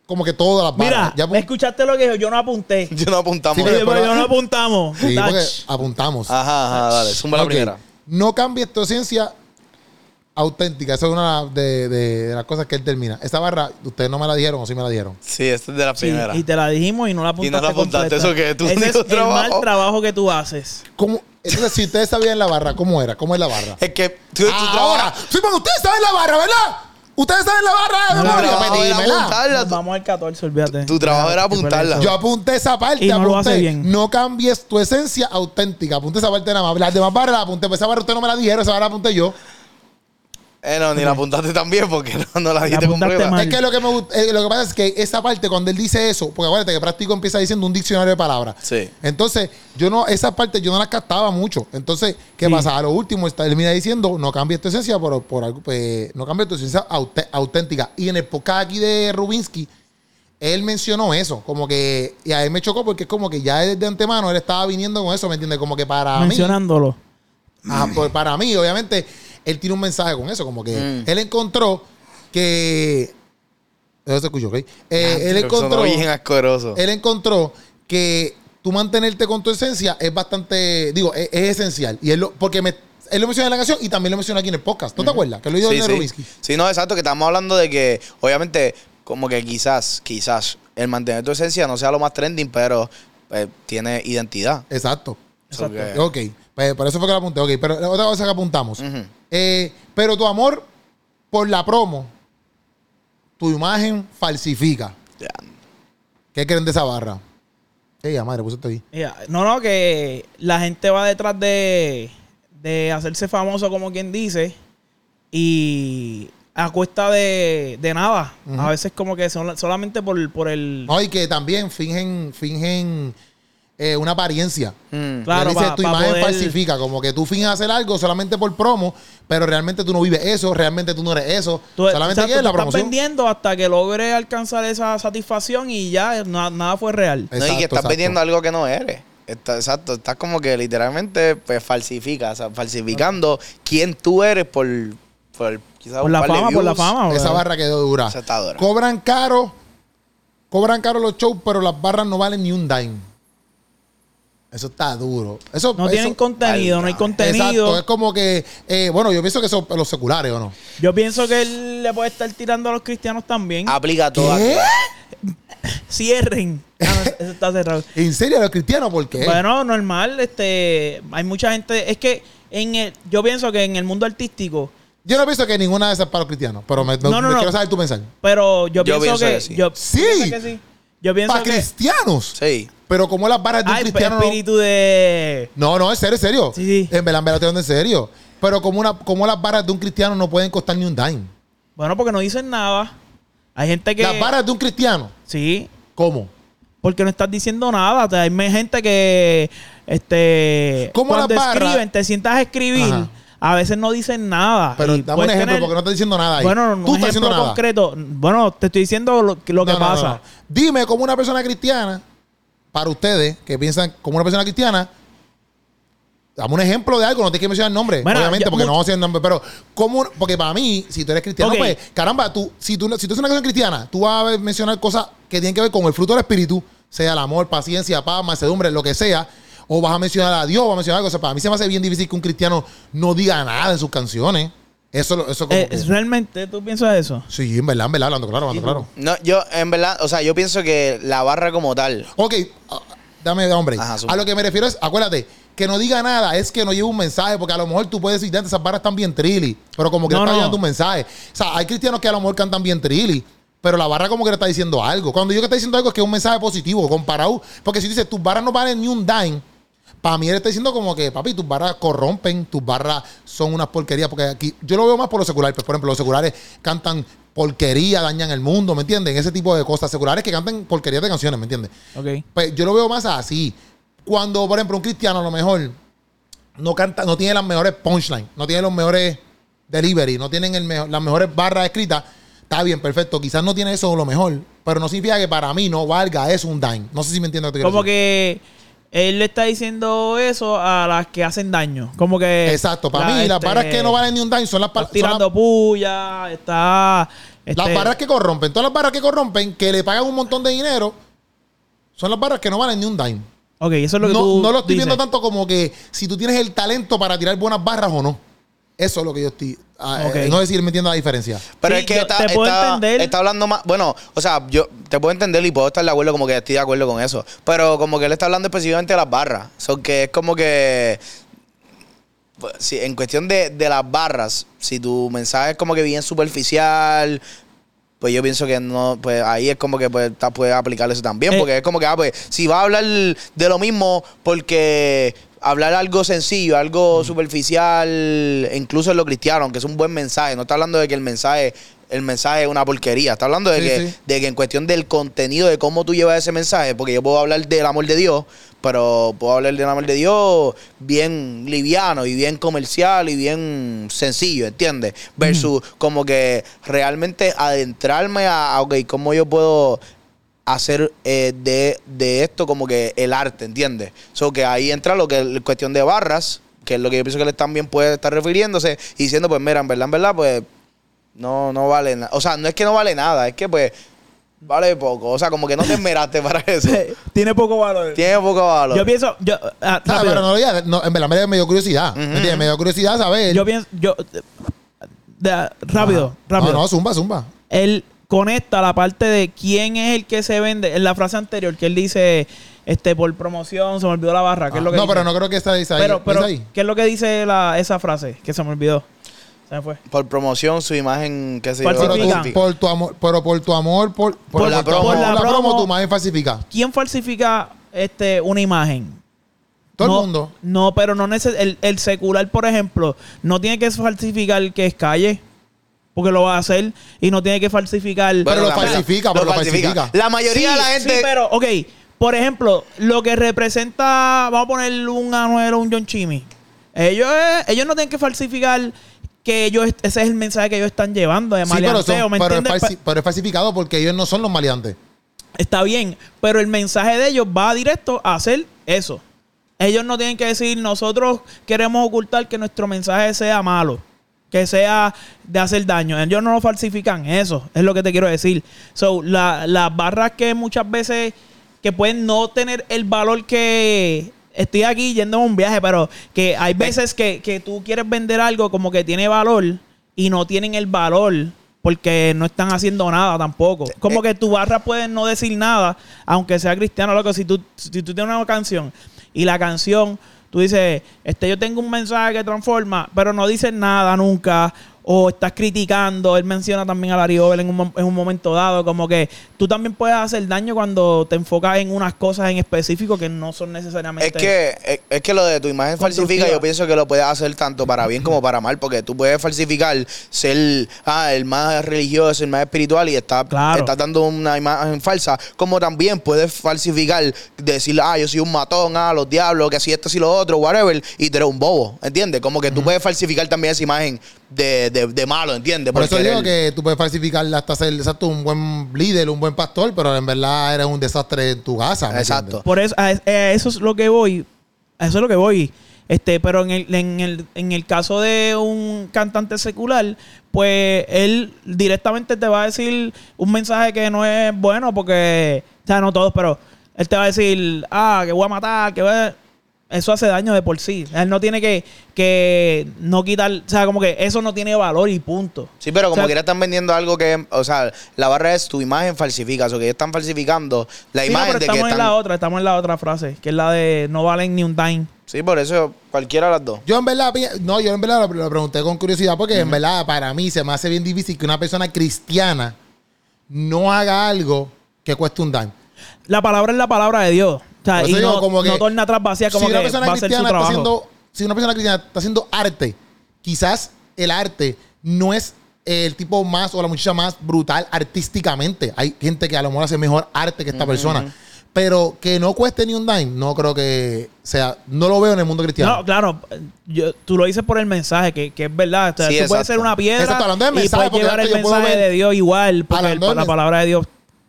S1: como que todas las barras.
S2: Mira,
S1: Ya
S2: ¿me
S1: apun-
S2: escuchaste lo que dijo? Yo no apuntamos.
S3: Yo no apuntamos.
S1: Sí,
S2: Oye,
S1: pero-
S2: pero yo no apuntamos.
S1: Sí,
S2: Tach.
S1: porque apuntamos.
S3: Ajá, ajá, dale. Ah, Zumba la
S1: Ok,
S3: primera.
S1: No cambies tu esencia auténtica. Esa es una de, de- de las cosas que él termina. Esa barra, ustedes no me la dijeron o sí me la dieron.
S3: Sí, esta es de la
S2: Sí,
S3: primera.
S2: y te la dijimos y no la apuntaste.
S3: Y no la apuntaste,
S2: completa.
S3: eso que tú
S2: Ese
S3: ni
S2: es
S3: un
S2: el
S3: trabajo.
S2: mal trabajo que tú haces.
S1: ¿Cómo? Entonces, si ustedes sabían la barra, ¿cómo era? ¿Cómo es la barra?
S3: Es que tú, tú
S2: Ah,
S1: Ahora,
S3: trabajas.
S1: sí, porque ustedes saben la barra, ¿verdad? Ustedes saben la barra de
S2: No,
S1: memoria.
S2: no,
S1: Pues
S3: no,
S1: dímela.
S3: la apunta- Habla
S2: Nos
S3: tú.
S2: vamos al 14, olvídate.
S3: Tu trabajo era apuntarla.
S1: Yo apunté esa parte,
S2: Y no lo
S1: apunté.
S2: hace bien.
S1: No cambies tu esencia auténtica. Apunté esa parte nada más. Las demás barras las apunté. Pues esa barra ustedes no me la dijeron, esa barra la apunté yo.
S3: Eh, no, ni la apuntaste también porque no, no la dijiste con
S2: apuntaste
S3: prueba.
S2: mal.
S1: Es que lo que, me, gust- eh, lo que pasa es que esa parte, cuando él dice eso, porque acuérdate que práctico empieza diciendo un diccionario de palabras.
S3: Sí.
S1: Entonces, yo no, esa parte yo no la captaba mucho. Entonces, ¿qué
S2: Sí.
S1: pasa? A lo último, está, él mira diciendo, no cambies tu esencia por, por algo, pues, no cambies tu esencia aute- auténtica. Y en el podcast aquí de Rubinsky, él mencionó eso, como que, y a él me chocó porque es como que ya desde antemano él estaba viniendo con eso, ¿me entiendes? Como que para mí.
S2: Mencionándolo.
S3: Mm.
S1: Ah, pues para mí, obviamente, él tiene un mensaje con eso, como que
S3: Mm.
S1: él encontró que. Eso se escuchó, ¿ok? Eh, él,
S3: Pero sonó
S1: encontró,
S3: bien asqueroso.
S1: él encontró que tú mantenerte con tu esencia es bastante. Digo, es, es esencial. Y él lo, porque me- él lo menciona en la canción y también lo menciona aquí en el podcast. ¿No te acuerdas? Que lo dijo
S3: Sí,
S1: Daniel Rubinsky.
S3: sí. sí, no, exacto, que estamos hablando de que, obviamente, como que quizás, quizás, el mantener tu esencia no sea lo más trending, pero eh, tiene identidad.
S1: Exacto.
S3: So que-
S1: Ok. Pues, por eso fue que lo apunté. Ok, pero la otra cosa que apuntamos.
S3: Ujú.
S1: Eh, pero tu amor por la promo, tu imagen falsifica.
S3: Ya.
S1: ¿Qué creen de esa barra? Ella, madre, puse esto ahí.
S2: Ya, No, no, que la gente va detrás de, de hacerse famoso, como quien dice, y a cuesta de, de nada.
S1: Ujú.
S2: A veces como que son- solamente por, por el...
S1: No, y que también fingen, fingen eh, una apariencia.
S3: Mm.
S2: Claro,
S1: Él dice,
S2: pa-
S1: tu
S2: pa
S1: imagen
S2: poder-
S1: falsifica, como que tú finges hacer algo solamente por promo, pero realmente tú no vives eso, realmente tú no eres eso,
S2: Tú-
S1: solamente
S2: exacto,
S1: quieres la
S2: tú estás
S1: promoción.
S2: vendiendo hasta que logre alcanzar esa satisfacción y ya na- nada fue real.
S3: No,
S1: Eh,
S3: y
S1: Exacto,
S3: que estás
S1: exacto.
S3: vendiendo algo que no eres. Está- exacto, estás como que literalmente pues, falsificas, o sea, falsificando quién tú eres por, por quizás
S2: Por
S3: un
S2: la
S3: par de
S2: fama, por la
S3: views.
S2: fama.
S1: Esa
S2: bro.
S1: barra quedó dura.
S3: Esa está dura.
S1: Cobran caro, cobran caro los shows, pero las barras no valen ni un dime. Eso está duro. Eso,
S2: No tienen
S1: eso-
S2: contenido, no hay
S3: Ay,
S2: contenido.
S1: Exacto, es como que, eh, bueno, yo pienso que son los seculares, ¿o no?
S2: Yo pienso que él le puede estar tirando a los cristianos también.
S1: Ah.
S3: Aplica todo.
S1: ¿Qué?
S2: Cierren. Ah, no, eso está cerrado.
S1: ¿En serio a los cristianos? ¿Por qué?
S2: Bueno, normal, este, hay mucha gente, es que en el, yo pienso que en el mundo artístico,
S1: yo no pienso que ninguna de esas para los cristianos, pero me,
S2: No,
S1: me-
S2: no,
S1: me
S2: no.
S1: quiero saber tu pensar.
S2: pero yo,
S3: Yo
S2: pienso,
S3: pienso
S2: que,
S3: que sí.
S2: yo
S1: Sí.
S2: pienso que sí. Yo pienso
S1: ¿Para
S2: que
S1: cristianos?
S3: Sí.
S1: Pero como las barras de un
S2: hay
S1: cristiano... no-
S2: espíritu de
S1: No, no, en serio, en serio.
S2: Sí, sí.
S1: En verdad, en verdad, te digo en serio. Pero como, una, como las barras de un cristiano no pueden costar ni un dime.
S2: bueno, porque no dicen nada. Hay gente que
S1: Las barras de un cristiano,
S2: sí,
S1: ¿cómo?
S2: porque no estás diciendo nada. O sea, hay me- gente que este
S1: ¿Cómo
S2: cuando
S1: las barras?
S2: escriben, te sientas a escribir,
S1: Ajá.
S2: a veces no dicen nada.
S1: Pero
S2: Y
S1: dame un
S2: puedes
S1: ejemplo,
S2: tener-
S1: porque no estás diciendo nada ahí.
S2: Bueno, no
S1: Tú
S2: un
S1: estás
S2: ejemplo
S1: haciendo nada.
S2: concreto. Bueno, te estoy diciendo lo, lo que
S1: No, no, no,
S2: pasa.
S1: no. Dime como una persona cristiana, para ustedes que piensan como una persona cristiana, dame un ejemplo de algo, no te quiero mencionar el nombre,
S2: Bueno,
S1: obviamente,
S2: ya,
S1: porque
S2: mu-
S1: no vamos a decir el nombre, pero como, un- porque para mí, si tú eres cristiano,
S2: Ok.
S1: pues, caramba, tú, si tú, si tú eres una persona cristiana, tú vas a mencionar cosas que tienen que ver con el fruto del espíritu, sea el amor, paciencia, paz, mansedumbre, lo que sea. O vas a mencionar a Dios, vas a mencionar algo. O sea, para mí se me hace bien difícil que un cristiano no diga nada en sus canciones. Eso, lo- eso como
S2: Eh,
S1: que-
S2: ¿Realmente tú piensas eso?
S1: Sí, en verdad, en verdad, hablando claro, hablando claro.
S3: No, yo, en verdad, o sea, yo pienso que la barra como tal.
S1: Ok, ah, dame, hombre.
S3: Ajá, sube.
S1: a lo que me refiero es, acuérdate, que no diga nada, es que no lleve un mensaje, porque a lo mejor tú puedes decir, "Dante, esas barras están bien trilly, pero como que
S2: No,
S1: no, está
S2: no.
S1: llevando un mensaje. O sea, hay cristianos que a lo mejor cantan bien trilly, pero la barra como que le está diciendo algo. Cuando yo que está diciendo algo es que es un mensaje positivo, comparado, porque si dices, tus barras no valen ni un dime. Para mí él está diciendo como que, papi, tus barras corrompen, tus barras son unas porquerías. Porque aquí, yo lo veo más por los seculares. Pues, por ejemplo, los seculares cantan porquería, dañan el mundo, ¿me entienden? Ese tipo de cosas. Seculares que cantan porquería de canciones, ¿me entiendes?
S2: Ok.
S1: Pues yo lo veo más así. Cuando, por ejemplo, un cristiano a lo mejor no canta, no tiene las mejores punchlines, no tiene los mejores delivery, no tienen el mejor- las mejores barras escritas, está bien, perfecto. Quizás no tiene eso lo mejor, pero no significa que para mí no valga eso un dime. No sé si me entiendes lo que te quiero
S2: Como
S1: decir.
S2: que él le está diciendo eso a las que hacen daño. Como que.
S1: Exacto, para mí las
S2: este,
S1: barras que no valen ni un dime son las, par-
S2: Está
S1: son
S2: tirando
S1: las,
S2: puya, está.
S1: las
S2: este,
S1: barras que corrompen. Todas las barras que corrompen, que le pagan un montón de dinero, son las barras que no valen ni un dime.
S2: Ok, eso es lo que
S1: no,
S2: tú.
S1: no lo estoy
S2: dices.
S1: viendo tanto como que si tú tienes el talento para tirar buenas barras o no. Eso es lo que yo estoy. ah,
S2: Ok.
S1: eh, no sé si me entiendo la diferencia.
S3: Pero
S2: Sí,
S3: es que
S2: yo
S3: está,
S2: te puedo
S3: está-
S2: entender.
S3: está hablando más. Bueno, o sea, yo te puedo entender y puedo estar de acuerdo, como que estoy de acuerdo con eso. Pero como que él está hablando específicamente de las barras. So que es como que. pues, sí, en cuestión de, de las barras, si tu mensaje es como que bien superficial, pues yo pienso que no, pues ahí es como que pues, ta- puedes aplicar eso también.
S2: Eh.
S3: Porque es como que, ah, pues, si va a hablar de lo mismo, porque hablar algo sencillo, algo superficial, incluso en lo cristiano, aunque es un buen mensaje, no está hablando de que el mensaje, el mensaje es una porquería, está hablando de,
S1: Sí,
S3: que,
S1: sí.
S3: de que en cuestión del contenido, de cómo tú llevas ese mensaje, porque yo puedo hablar del amor de Dios, pero puedo hablar del amor de Dios bien liviano y bien comercial y bien sencillo, ¿entiendes? Versus como que realmente adentrarme a, a, ok, cómo yo puedo hacer eh, de, de esto como que el arte, ¿entiendes? So que ahí entra lo que es la cuestión de barras, que es lo que yo pienso que él también puede estar refiriéndose y diciendo, pues mira, en verdad, en verdad, pues no, no vale nada. O sea, no es que no vale nada, es que pues vale poco. O sea, como que no te esmeraste para eso.
S2: Tiene poco valor.
S3: Tiene poco valor.
S2: Yo pienso. Yo, ah,
S1: Ah,
S2: rápido.
S1: pero no lo digas, no, en verdad me- me dio curiosidad. ¿me entiendes? Me dio curiosidad saber. Ah,
S2: Yo pienso. Yo, de- rápido,
S1: Ajá.
S2: rápido.
S1: No, no, zumba, zumba.
S2: él conecta la parte de quién es el que se vende. En la frase anterior que él dice, este, por promoción, se me olvidó la barra. ¿qué es lo que
S1: Ah, no,
S2: dice?
S1: pero no creo que estáis ahí.
S2: Pero, pero,
S1: ¿Está ahí?
S2: ¿qué es lo que dice la- esa frase que se me olvidó? Se me fue.
S3: Por promoción, su imagen, qué sé yo.
S1: Pero tú-
S2: Falsifican.
S3: auténtica.
S1: por tu amor, pero por tu amor, por, pero
S3: la
S1: tu
S3: promo.
S1: amor,
S3: Por
S2: la
S1: la promo,
S2: promo.
S1: tu más falsifica.
S2: ¿Quién falsifica este, una imagen?
S1: Todo
S2: No,
S1: el mundo.
S2: No, pero no neces el, el secular, por ejemplo, no tiene que falsificar que es calle, porque lo va a hacer, y no tiene que falsificar.
S1: Pero lo
S3: la-
S1: falsifica, pero lo falsifica.
S3: La mayoría de la
S2: Sí,
S3: gente.
S2: sí, pero, ok. Por ejemplo, lo que representa, vamos a poner un Anuel o un John Chimmy. Ellos, eh, ellos no tienen que falsificar que ellos, ese es el mensaje que ellos están llevando de
S1: Sí, pero, son-
S2: maleanteo, ¿me
S1: pero es
S2: entiendes? Pues,
S1: falsi- pero es falsificado porque ellos no son los maleantes.
S2: Está bien, pero el mensaje de ellos va directo a hacer eso. Ellos no tienen que decir, nosotros queremos ocultar que nuestro mensaje sea malo, que sea de hacer daño. Ellos no lo falsifican, eso es lo que te quiero decir. So, la- las barras que muchas veces, que pueden no tener el valor que... Estoy aquí yendo a un viaje, pero que hay veces que, que tú quieres vender algo como que tiene valor y no tienen el valor porque no están haciendo nada
S3: Eh,
S2: tampoco. Como que tu barra puede no decir nada, aunque sea cristiano, loco. Si tú, si tú tienes una canción y la canción, tú dices, este, yo tengo un mensaje que transforma, pero no dices nada nunca. o estás criticando. Él menciona también a Larry Over en un, mo- en un momento dado, como que tú también puedes hacer daño cuando te enfocas en unas cosas en específico que no son necesariamente...
S3: Es que, es, es que lo de tu imagen falsifica,
S2: Constructiva.
S3: yo pienso que lo puedes hacer tanto para bien como para mal, porque tú puedes falsificar ser ah, el más religioso, el más espiritual y estás
S2: Claro.
S3: estás dando una imagen falsa, como también puedes falsificar, decir, ah, yo soy un matón, ah, los diablos, que si esto, si lo otro, whatever, y tú eres un bobo, ¿entiendes? Como que tú puedes falsificar también esa imagen de, de- de malo, ¿entiendes?
S1: Por eso digo
S3: querer.
S1: que tú puedes falsificarla hasta ser exacto, un buen líder, un buen pastor, pero en verdad eres un desastre en tu casa. ¿me
S3: Exacto.
S2: Por eso, a, a eso es lo que voy. A eso es lo que voy. Este, pero en el, en el, en el caso de un cantante secular, pues él directamente te va a decir un mensaje que no es bueno, porque, o sea, no todos, pero él te va a decir, ah, que voy a matar, que voy a... Eso hace daño de por sí. Él no tiene que, que no quitar, o sea, como que eso no tiene valor y punto.
S3: Sí, pero
S2: O
S3: como
S2: sea,
S3: quiera están vendiendo algo que, o sea, la barra es tu imagen falsifica, o sea, que ellos están falsificando la
S2: sí, no,
S3: imagen de
S2: pero
S3: que
S2: estamos
S3: están...
S2: en la otra, estamos en la otra frase, que es la de no valen ni un dime.
S3: Sí, por eso cualquiera de las dos.
S1: Yo en verdad, pi- no, yo en verdad lo, lo pregunté con curiosidad porque en verdad para mí se me hace bien difícil que una persona cristiana no haga algo que cueste un dime.
S2: La palabra es la palabra de Dios. O sea,
S1: Por
S2: y
S1: eso
S2: no,
S1: digo, como que
S2: no torna atrás vacía, como
S1: si
S2: que
S1: una persona
S2: va a hacer su
S1: cristiana está
S2: trabajo.
S1: haciendo, si una persona cristiana está haciendo arte, quizás el arte no es el tipo más o la muchacha más brutal artísticamente. Hay gente que a lo mejor hace mejor arte que esta persona. Pero que no cueste ni un dime, no creo que sea, no lo veo en el mundo cristiano.
S2: No, claro, yo- tú lo dices por el mensaje, que, que es verdad. O sea,
S3: Sí,
S2: tú
S3: exacto.
S2: puedes ser una piedra
S1: Exacto, hablando del
S2: y
S1: mensaje,
S2: puedes
S1: porque
S2: llevar el
S1: antes yo puedo
S2: mensaje
S1: ver-
S2: de Dios igual, porque el-
S1: Hablando del
S2: la
S1: mens-
S2: palabra de Dios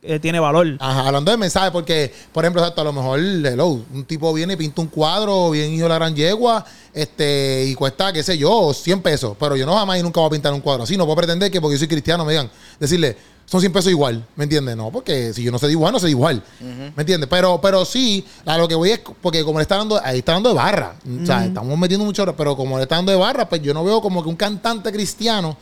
S2: eh, tiene valor.
S1: Ajá, hablando de mensaje, porque, por ejemplo, exacto, a lo mejor, hello, un tipo viene y pinta un cuadro, bien hijo de la gran yegua, este, y cuesta, qué sé yo, 100 pesos. Pero yo no jamás y nunca voy a pintar un cuadro así. No puedo pretender que porque yo soy cristiano me digan, decirle, son 100 pesos igual, ¿me entiendes? No, porque si yo no sé de igual, no sé de igual, ¿me entiendes? Pero, pero sí, a lo que voy es, porque como le está dando, ahí está dando de barra, o sea, estamos metiendo mucho, pero como le está dando de barra, pues yo no veo como que un cantante cristiano,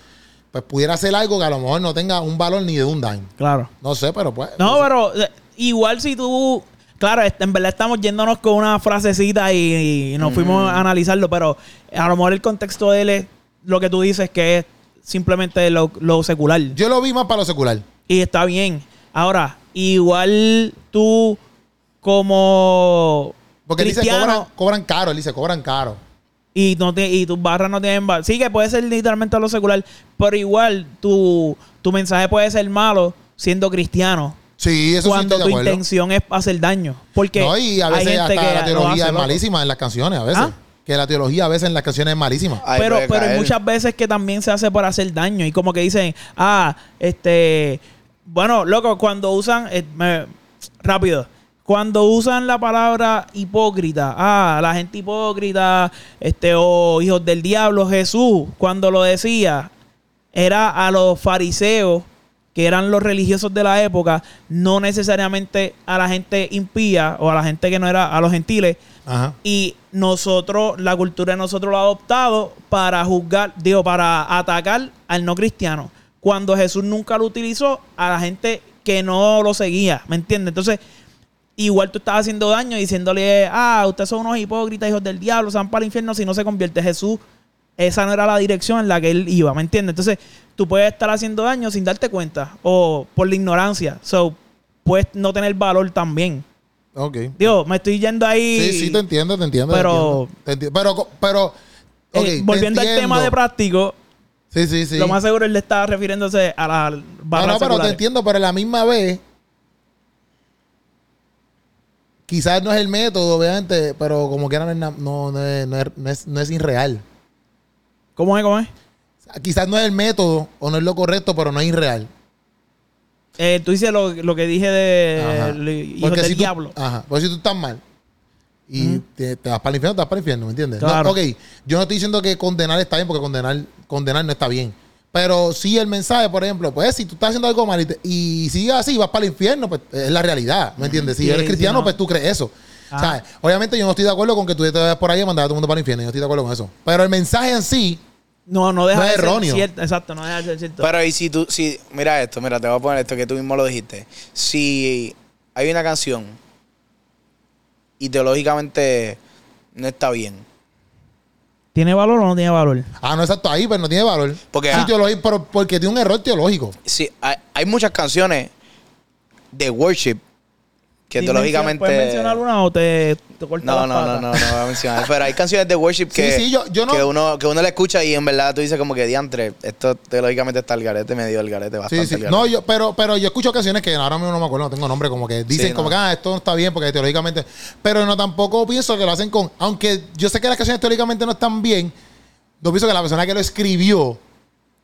S1: pues pudiera hacer algo que a lo mejor no tenga un valor ni de un dime.
S2: Claro.
S1: No sé, pero pues.
S2: No, pero eh, igual si tú. Claro, este, en verdad estamos yéndonos con una frasecita y, y nos fuimos a analizarlo, pero a lo mejor el contexto de él es lo que tú dices que es simplemente lo, lo secular.
S1: Yo lo vi más para lo secular.
S2: Y está bien. Ahora, igual tú como
S1: Porque él dice
S2: cristiano
S1: cobran, cobran caro, él dice cobran caro.
S2: y, no te- y tus barras no tienen valor. Sí, que puede ser literalmente lo secular, pero igual tu, tu mensaje puede ser malo siendo cristiano.
S1: Sí, eso
S2: Cuando
S1: sí
S2: tu
S1: estoy de acuerdo.
S2: intención es hacer daño. Porque
S1: No, y a
S2: hay
S1: veces
S2: gente
S1: hasta
S2: que
S1: la
S2: lo
S1: teología
S2: hace,
S1: es
S2: loco.
S1: malísima en las canciones, a veces.
S2: ¿Ah?
S1: Que la teología a veces en las canciones es malísima.
S3: Ahí
S2: pero,
S3: puede
S2: pero hay
S3: caer.
S2: muchas veces que también se hace para hacer daño. Y como que dicen, ah, este. Bueno, loco, cuando usan. eh, me- rápido. Cuando usan la palabra hipócrita, ah, la gente hipócrita, este, o hijos del diablo, Jesús, cuando lo decía, era a los fariseos, que eran los religiosos de la época, no necesariamente a la gente impía o a la gente que no era, a los gentiles,
S1: Ajá.
S2: y nosotros, la cultura de nosotros lo ha adoptado para juzgar, digo, para atacar al no cristiano. Cuando Jesús nunca lo utilizó a la gente que no lo seguía, ¿me entiendes? Entonces, igual tú estás haciendo daño diciéndole, ah, ustedes son unos hipócritas, hijos del diablo, se van para el infierno si no se convierte Jesús. Esa no era la dirección en la que él iba, ¿me entiendes? Entonces, tú puedes estar haciendo daño sin darte cuenta o por la ignorancia. So, puedes no tener valor también.
S1: Ok.
S2: Digo, me estoy yendo ahí.
S1: Sí, sí, te entiendo, te entiendo. te
S2: Pero-
S1: entiendo. Te enti- pero, co- pero.
S2: Eh,
S1: ok, te
S2: volviendo al
S1: entiendo.
S2: tema de práctico,
S1: Sí, sí, sí.
S2: lo más seguro él le estaba refiriéndose a la
S1: No,
S2: barra
S1: no, pero te
S2: seculares.
S1: entiendo, pero a la misma vez. Quizás no es el método, obviamente, pero como quiera no es, na- no, no es, no es- no es- no es irreal.
S2: ¿Cómo es? ¿Cómo es?
S1: Quizás no es el método o no es lo correcto, pero no es irreal.
S2: Eh, tú dices lo, lo que dije de
S1: Ajá.
S2: Eh, el hijo
S1: Porque
S2: del
S1: si tú-
S2: diablo.
S1: Ajá. Porque si tú estás mal y te, te vas para el infierno, te vas para el infierno, ¿me entiendes? No,
S2: Claro.
S1: ok, yo no estoy diciendo que condenar está bien, porque condenar, condenar no está bien. Pero sí el mensaje, por ejemplo, pues si tú estás haciendo algo mal y, te- y sigues así, vas para el infierno, pues es la realidad, ¿me entiendes? Si
S2: Sí,
S1: eres
S2: sí,
S1: cristiano,
S2: no.
S1: pues tú crees eso.
S2: Ah.
S1: ¿Sabes? Obviamente yo no estoy de acuerdo con que tú te vayas por ahí y mandar a todo el mundo para el infierno, yo no estoy de acuerdo con eso. Pero el mensaje en sí,
S2: No, no deja
S1: No
S2: de
S1: es
S2: ser
S1: erróneo.
S2: cierto. Exacto, no deja de ser cierto.
S3: Pero y si tú, si, mira esto, mira, te voy a poner esto que tú mismo lo dijiste. Si hay una canción y teológicamente no está bien,
S2: ¿Tiene valor o no tiene valor?
S1: Ah, no, exacto. Ahí, pero no tiene valor.
S3: Porque,
S1: Sí,
S3: ah.
S1: teológico, pero porque tiene un error teológico.
S3: Sí, hay, hay muchas canciones de worship que
S2: Dimension-
S3: teológicamente.
S2: ¿Puedes mencionar una o te, te corto
S3: No,
S2: las
S3: no, no,
S2: patas?
S3: no, no voy a mencionar. Pero hay canciones de worship que,
S1: Sí, sí, yo- yo no-
S3: que uno, que uno la escucha y en verdad tú dices como que diantre, esto teológicamente está el garete, medio el garete, bastante
S1: Sí, sí.
S3: al garete.
S1: No, yo, pero, pero yo escucho canciones que ahora mismo no me acuerdo, no tengo nombre, como que dicen
S3: Sí, no.
S1: como que ah, esto no está bien porque teológicamente. Pero no tampoco pienso que lo hacen con. Aunque yo sé que las canciones teóricamente no están bien, no pienso que la persona que lo escribió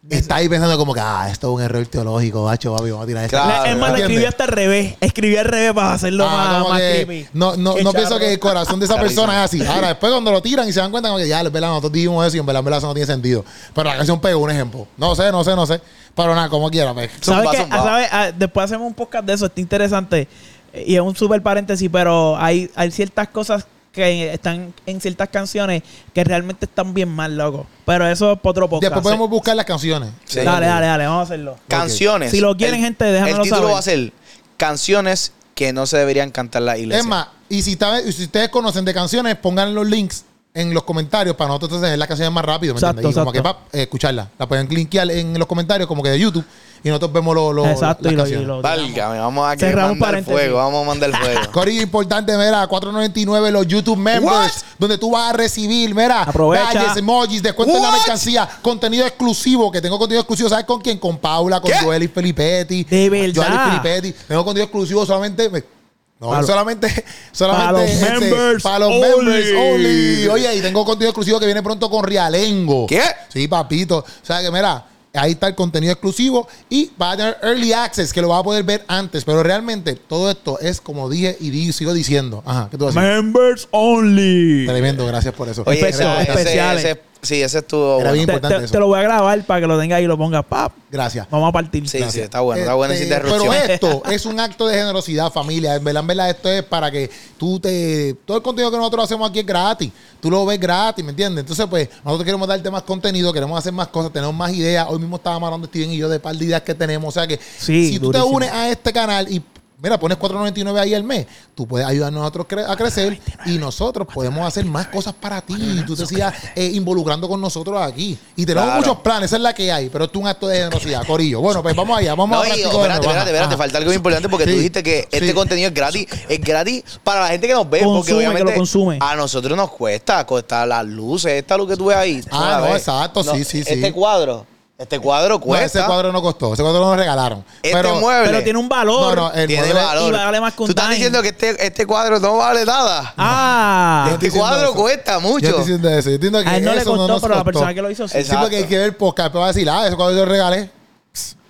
S1: está ahí pensando como que ah, esto es un error teológico, bacho, papi, vamos a tirar esto.
S3: Claro.
S2: La- es más, la
S1: ¿Entiendes?
S2: escribí hasta al revés. Escribí al revés para hacerlo
S1: Ah,
S2: más,
S1: como
S2: más
S1: que
S2: creepy.
S1: no no,
S2: Qué
S1: no pienso
S2: charro.
S1: que el corazón de esa
S3: Está
S1: persona es así. Ahora, después cuando lo tiran y se dan cuenta, como que ya, en verdad, nosotros dijimos eso y en verdad, en verdad, eso no tiene sentido. Pero la canción pegó un ejemplo. No sé, no sé, no sé. Pero nada, como quiera, pues.
S2: ¿Sabes
S3: Zumba,
S2: qué?
S3: zumba.
S2: Ah, ¿sabes? Ah, Después hacemos un podcast de eso, está interesante. Eh, Y es un súper paréntesis, pero hay, hay ciertas cosas que están en ciertas canciones que realmente están bien mal, loco. Pero eso es para otro podcast.
S1: Después podemos buscar las canciones.
S3: Sí.
S2: Dale, dale, dale, vamos a hacerlo.
S3: Canciones.
S2: Si lo quieren, gente, déjanoslo
S3: El título
S2: saber.
S3: va a ser Canciones que no se deberían cantar las iglesias.
S1: Es más, y si, está- y si ustedes conocen de canciones, pongan los links en los comentarios para nosotros entonces las canciones más rápido, ¿me
S2: Exacto,
S1: entiendes? Y como que
S2: exacto.
S1: pa, eh, escucharla. La pueden linkear en los comentarios como que de YouTube y nosotros vemos los los
S2: Exacto,
S1: las
S2: y lo- y
S1: canciones.
S2: lo-
S3: Válgame, vamos a que
S2: Cerramos
S3: mandar
S2: paréntesis.
S3: fuego, vamos a mandar fuego.
S1: Corillo importante, mira, 4.99 los YouTube members, donde tú vas a recibir, mira,
S2: Aprovecha.
S1: badges, emojis, descuento en la
S3: What?
S1: mercancía, contenido exclusivo, que tengo contenido exclusivo, ¿sabes con quién? Con Paula, con
S3: ¿Qué?
S1: Joel y Felipetti.
S2: De verdad.
S1: Joel y Felipetti. Tengo contenido exclusivo solamente... me- no,
S2: Para-
S1: solamente, solamente
S2: para los
S1: este,
S2: members
S1: para los
S2: only.
S1: members only. Oye, y tengo contenido exclusivo que viene pronto con Rialengo.
S3: ¿Qué?
S1: Sí, papito. O sea que mira, ahí está el contenido exclusivo y va a tener early access que lo vas a poder ver antes. Pero realmente todo esto es como dije y di- sigo diciendo. Ajá, ¿qué tú vas a decir?
S2: Members only.
S1: Tremendo, gracias por eso.
S3: Oye, eh,
S2: Efectos
S3: ese- ese-
S2: especiales.
S3: ese- sí, ese estuvo
S1: Era
S3: bueno.
S1: bien-
S2: Te,
S1: importante
S2: te-
S1: eso.
S2: te lo voy a grabar para que lo tengas ahí y lo pongas. Pap,
S1: Gracias.
S2: vamos a partir.
S3: Sí, sí, está bueno, está bueno esa
S1: Este,
S3: interrupción.
S1: Pero esto es un acto de generosidad, familia. En verdad, en verdad, esto es para que tú te. Todo el contenido que nosotros hacemos aquí es gratis. Tú lo ves gratis, ¿me entiendes? Entonces, pues, nosotros queremos darte más contenido, queremos hacer más cosas, tenemos más ideas. Hoy mismo estaba hablando Steven y yo de par de ideas que tenemos. O sea que
S2: Sí,
S1: si tú
S2: durísimo.
S1: te unes a este canal y. Mira, pones 4.99 ahí al mes. Tú puedes ayudarnos a nosotros cre- a crecer y nosotros podemos hacer más cosas para ti. Y tú te sigas eh, involucrando con nosotros aquí. Y tenemos
S3: Claro.
S1: muchos planes, esa es la que hay, pero esto es un acto de generosidad, Corillo. Bueno, pues vamos allá, vamos
S3: No,
S1: a
S3: y,
S1: práctico de
S3: espérate,
S1: nuevo.
S3: espérate, espérate,
S1: Ajá.
S3: falta algo importante porque
S1: Sí.
S3: tú dijiste que
S1: Sí.
S3: este contenido es gratis, es gratis para la gente que nos ve,
S2: Consume,
S3: porque
S2: que
S3: obviamente
S2: lo consume.
S3: a nosotros nos cuesta, cuesta las luces, esta luz que tú ves ahí.
S1: Ah,
S3: la
S1: no,
S3: ves.
S1: exacto, sí, sí, sí.
S3: Este cuadro, este cuadro
S1: Ah, No,
S3: cuesta.
S1: ese cuadro no costó, ese cuadro nos regalaron.
S3: Este
S1: pero,
S3: mueble
S2: Pero tiene un valor.
S1: No, no, el
S3: tiene
S1: mueble-
S3: valor.
S2: y vale más que un
S3: tú estás
S2: dime.
S3: diciendo que este, este cuadro no vale nada.
S2: Ah,
S1: estoy
S3: este
S1: diciendo
S3: cuadro
S1: eso.
S3: cuesta
S1: Yo
S3: mucho.
S1: estoy diciendo eso, yo entiendo que
S2: a él no le
S1: eso
S2: costó,
S1: nos
S2: pero a la
S1: costó.
S2: persona que lo hizo sí.
S1: Sí, porque hay que ver podcast, pero va a decir, ah, ese cuadro yo lo regalé.